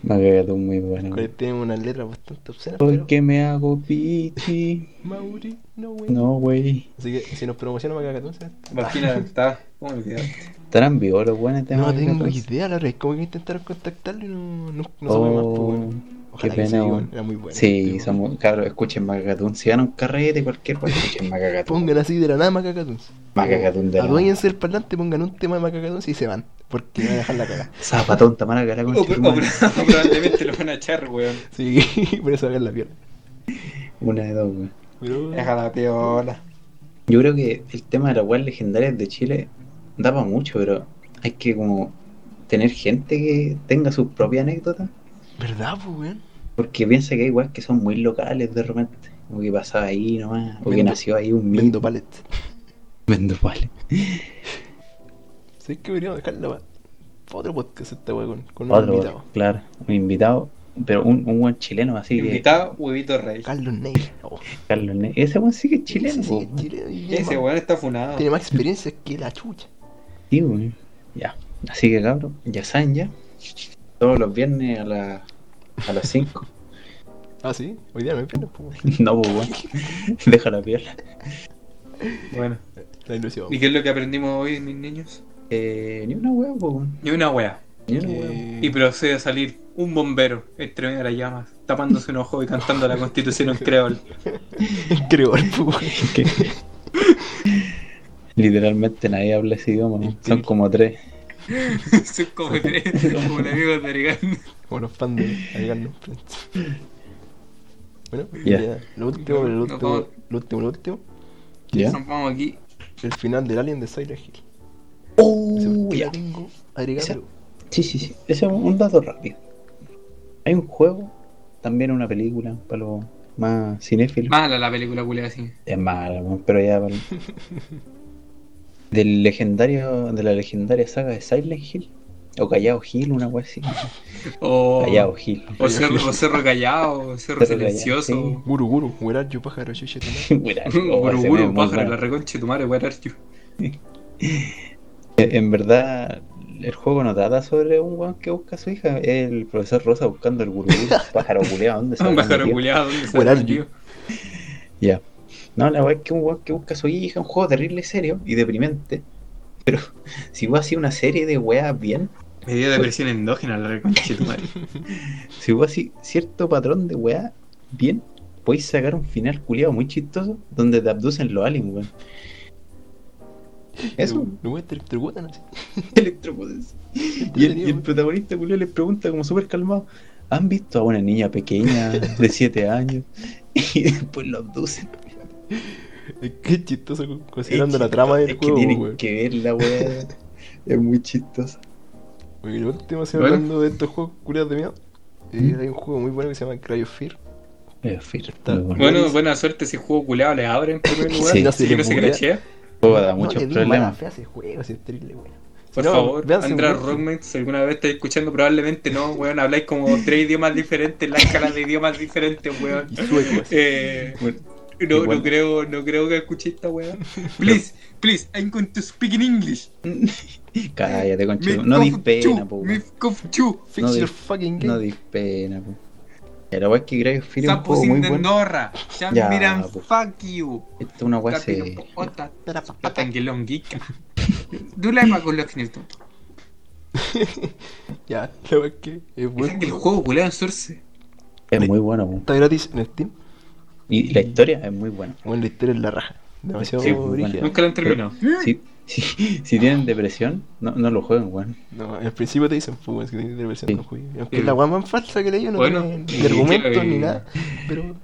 A: Me ha cagado muy bueno.
C: Que Tiene unas letras bastante obscenas, pero...
A: Porque me hago pichi.
C: Mauri, no, weón.
A: No, güey.
C: Así que si nos promociona eh. Macacatunes, ¿sabes?
B: Imagina, está. ¿Cómo me olvidé?
A: Estarán vivos los buenos temas.
C: No
A: de
C: tengo
A: Catorce.
C: idea, la verdad, es como que intentaron contactarlo y no, no, no supe más, pues,
A: Oh,
C: bueno. Ojalá
A: qué
C: que sí,
A: pena,
C: weón,
A: weón.
C: era muy bueno. este,
A: sí,
C: weón.
A: somos, cabros, escuchen Macagatún. Si van a un carrete, cualquier cosa, escuchen Macagatún.
C: *laughs* Pongan así de la nada Macacatunes.
A: Macacatunes de la nada.
C: Aduéñense el parlante, pongan un tema de Macacatunes y se van. Porque van a dejar la *laughs* cagada.
A: Zapatón, tamara, que la
B: O,
A: concha. de
B: pro-
A: tu
B: o
A: madre.
B: pro- *laughs* probablemente lo van a echar, weón.
C: Sí, *laughs* por eso hagan la pierna.
A: Una de dos, güey.
C: Pero...
E: la piola.
A: Yo creo que el tema de las weas legendarias de Chile daba mucho, pero hay que como tener gente que tenga sus propias anécdotas,
C: ¿Verdad, pues, weón?
A: porque piensa que hay weas que son muy locales de repente, como que pasaba ahí nomás, o que
C: Vendo-
A: nació ahí un mito.
C: Vendo palet.
A: Vendo vale.
C: Sí, que deberíamos dejarla pa- pa otro podcast esta weón con, con un
A: Otro,
C: invitado.
A: claro, un invitado, pero un, un buen chileno así
B: Invitado, huevito rey.
C: Carlos Ney. Oh,
A: que Carlos Ne- Ese buen sí que es chileno,
C: ese sí
A: po,
C: que es
A: weón.
C: chileno y
B: Ese
C: más-
B: weón está funado.
C: Tiene más experiencia que la chucha.
A: Sí, weón. eh. Ya. Así que cabrón, ya saben ya. Todos los viernes a la- a las
C: *laughs*
A: 5.
C: Ah, sí, hoy día no hay piernas, pues. weón.
A: no, pues weón. Deja la piel.
B: Bueno.
C: La ilusión.
B: ¿Y qué es lo que aprendimos hoy, mis niños?
A: Eh, ni una hueá, po, weón.
B: Ni una wea.
A: Ni una hueá.
C: Eh,
B: Y procede a salir un bombero entre las llamas, tapándose un ojo y cantando la constitución en creol.
C: *laughs* creo, pues, weón.
A: Que- Literalmente nadie habla ese idioma, weón. son
C: Increíble.
A: como tres.
B: *laughs* Son como tres, como los amigos de Arigán.
C: *laughs* Como los fans de Algarno Bueno,
A: Ya.
C: ya, lo último,
B: Nos
C: lo último,
B: vamos.
C: lo último, lo último.
A: ¿Ya?
B: Nos vamos aquí.
C: El final del Alien de Silent Hill. No sé por
A: Uh,
C: qué
A: ya.
C: la tengo agregada,
A: Esa-
C: pero-
A: Sí, sí, sí. Ese es un dato rápido. Hay un juego, también una película, para los más cinéfilos.
B: Mala la película culea así.
A: Es mala, weón, pero ya. vale. Del legendario, de la legendaria saga de Silent Hill. O Callao Hill, una wea así.
B: O,
A: Callao Hill. *laughs*
B: o, cerro, o cerro callado, o
A: Cerro
B: cerro
A: Callao,
B: *laughs* silencioso.
C: Guru, guru, where are you, pájaro? Yo, yo, yo,
A: *laughs*
B: *laughs*
C: yo.
A: Mira,
B: O
A: oh, ese meme es
B: Buruburu,
A: muy
B: pájaro,
A: bueno.
B: la reconche tu madre, where are you?
A: Eh, En verdad, el juego no trata sobre un weón que busca a su hija. Es el profesor Rosa buscando el gurú, pájaro culeado, ¿dónde se
B: *laughs* Un
A: habrá
B: pájaro
A: metido?
B: culeado, ¿dónde se
C: Where
B: ha
C: are you?
B: metido?
A: Ya. No, la verdad es que un weón que busca a su hija, un juego terrible, serio y deprimente. Pero *laughs* si vos hacías una serie de weas bien,
B: Me dio depresión endógena la reconche tu madre.
A: si vos así cierto patrón de weá, bien, podéis sacar un final culiado muy chistoso donde te abducen los aliens, weón. Eso, *laughs*
C: Lo voy a tener tributan así.
A: electropodes. Y el, y el protagonista culiao les pregunta como súper calmado, ¿han visto a *laughs* una niña pequeña de 7 años? Y después lo abducen.
C: Es que es chistoso con- considerando
A: Es
C: la trama
A: chistoso,
C: del juego,
A: Es que tienen
C: weón.
A: que ver la weá. es muy chistosa.
C: Porque el último, si
B: Bueno.
C: hablando de estos juegos curados de miedo, eh,
A: ¿Mm?
C: hay un juego muy bueno que se llama Cry of Fear.
A: Es firme.
C: Está-
A: Bueno,
B: *laughs* Bueno, buena suerte si juego culeado le abre en primer lugar.
A: Sí.
B: Sí,
A: No
C: se le
B: no se
C: buguea.
B: crachea.
A: da muchos problemas.
C: ese juego, si es terrible, weón.
B: Por
C: No,
B: favor,
C: véanse
B: Andra
C: mucho.
B: Rockman, si alguna vez estáis escuchando, probablemente no, weón. Habláis como tres idiomas diferentes, la escala de idiomas diferentes, weón.
C: Y
B: *laughs*
C: sueco, así.
B: Eh,
A: Bueno,
B: no,
A: Igual.
B: no creo, no creo que escuché esta weón. Please, please, I'm going to speak in English.
A: cállate, conchito.
B: Me
A: No dis
B: cough
A: pena,
B: you,
A: po.
B: me
A: weón.
B: cough you.
C: Fix
A: no
C: your
A: di-
C: fucking game.
A: No dis pena, po. Ya, La weá es que Cry of Fear es un
B: Sapos
A: juego muy
B: in the
A: bueno.
B: Norra.
A: Ya, pues.
B: Miran,
A: po.
B: fuck you.
A: Esta es una weá se.
B: *laughs* Patangelongica. Dulema con los
A: *laughs*
B: Knirton.
C: Ya, la verdad es que es
B: Dicen
C: bueno.
B: que el juego culeado en Source.
A: Es muy bueno, po.
C: Está gratis en Steam.
A: Y la historia es muy buena.
C: Bueno, la historia es la raja. Demasiado
A: Sí, bueno.
C: brígida.
B: Nunca lo han terminado.
A: Si, si, si tienen depresión, no, no lo jueguen, weón.
C: No, al principio te dicen, pues, weón, que tienes diversión
A: Sí.
C: no juegues. Aunque
B: Sí.
C: la guama más falsa que leí no
B: Bueno,
C: tiene
B: y-
C: ni argumentos ni
B: y-
C: nada. Pero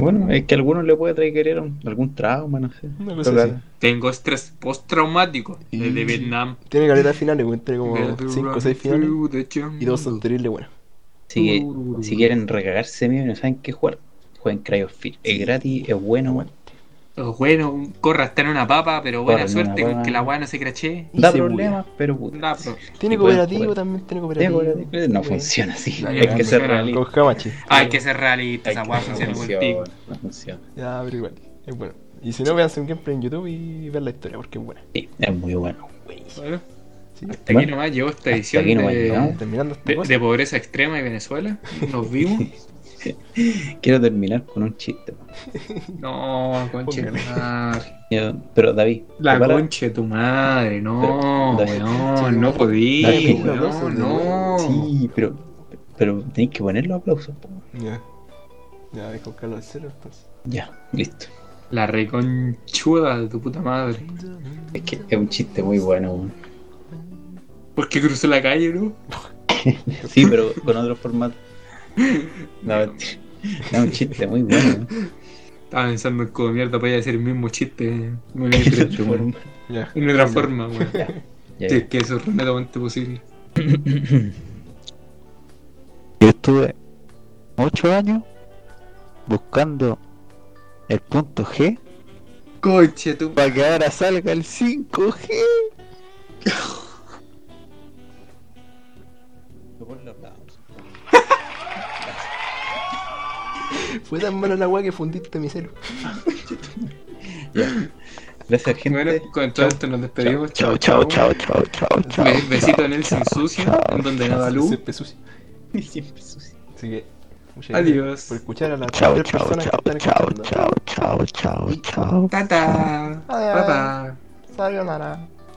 A: Bueno, es que a algunos le puede traicionar algún trauma, no sé.
C: Una cosa
A: Total.
C: así.
B: Tengo estrés postraumático
C: Y-
B: desde Vietnam.
C: tiene caleta de finales, weón. Tiene como
B: Gotta
C: 5 o
B: run
C: 6 finales.
B: through the jungle.
C: Y dos son terribles buenos.
A: Así que, si quieren recagarse mío y no saben qué jugar, jueguen Cry of Fear. Es gratis, es bueno, weón.
B: Oh, Bueno, corra está en una papa, pero buena
A: Corra en
B: suerte
A: una
B: con que
A: papa.
B: la weá no se crachee.
C: Y
A: Da
C: se
A: problemas, pero puta.
B: Da, bro.
C: Tiene
A: Y pueden
C: cooperativo
A: jugar.
C: también, tiene
A: Tiene
C: cooperativo.
A: cooperativo. No
C: Sí.
A: funciona así.
C: Ya,
A: Hay
C: ya,
A: que
B: no
A: ser
B: funciona.
A: realista.
C: Con Hamachi.
B: Hay que ser realista, esa weá
A: No
B: funciona con el
A: funciona,
B: pico.
A: no funciona.
C: Ya, pero igual. Es bueno. Y si no, veanse un gameplay en YouTube y vean la historia, porque es buena.
A: Sí, es muy bueno.
B: Bueno,
C: Sí.
B: hasta aquí
A: Bueno,
B: nomás llegó esta
A: hasta
B: edición
A: aquí nomás
B: de,
A: llegamos.
C: Terminando esta
B: de-
C: cosa.
B: de pobreza extrema y Venezuela. Nos vimos.
A: *laughs* Quiero terminar con un chiste. weón.
B: No, conche tu
C: Póngale.
B: madre.
A: Ya, Pero David,
B: La
A: prepara-
B: concha de tu madre, no,
A: Pero-
B: weón, no podí,
A: Dale, dale,
C: aplausos,
B: weón, no.
A: Sí, pero, pero tenéis que poner los aplausos. po.
C: Ya. Ya, dejo Carlos de cero entonces.
A: Ya, listo.
B: La reconchuda de tu puta madre.
A: Es que es un chiste muy bueno. weón.
B: ¿Por qué cruzó la calle, bro?
A: Sí, pero con otro formato. No, mentira. es un chiste muy bueno. weón.
B: Estaba pensando en cómo mierda podía hacer el mismo chiste
A: *laughs*
B: muy
A: Es
B: diferente,
A: otro
B: weón.
A: formato.
C: Ya.
A: *laughs*
B: En otra forma, weón.
A: Ya,
B: Si es que eso es remotamente posible.
D: Yo estuve ocho años buscando el punto G
B: Conche tu
D: para que ahora salga el 5G.
C: Fue tan mala la weá que fundiste mi celu.
A: ya. Gracias, gente.
B: Bueno, con todo esto nos despedimos.
D: Chao, chao, chao, chao, chao, chao.
B: Be- Besito en el sin sucio, en donde
C: *laughs*
B: nada luz.
C: Siempre sucio.
A: Siempre *laughs* sucio.
C: Así que, muchas
B: Adiós.
C: por escuchar a las
D: Chao,
C: tres
D: chao,
C: personas
D: chao,
C: que están
D: chao,
C: escuchando.
D: chao, chao, chao, chao.
B: Tata.
C: Adiós.
B: Papá.
C: Sayonara.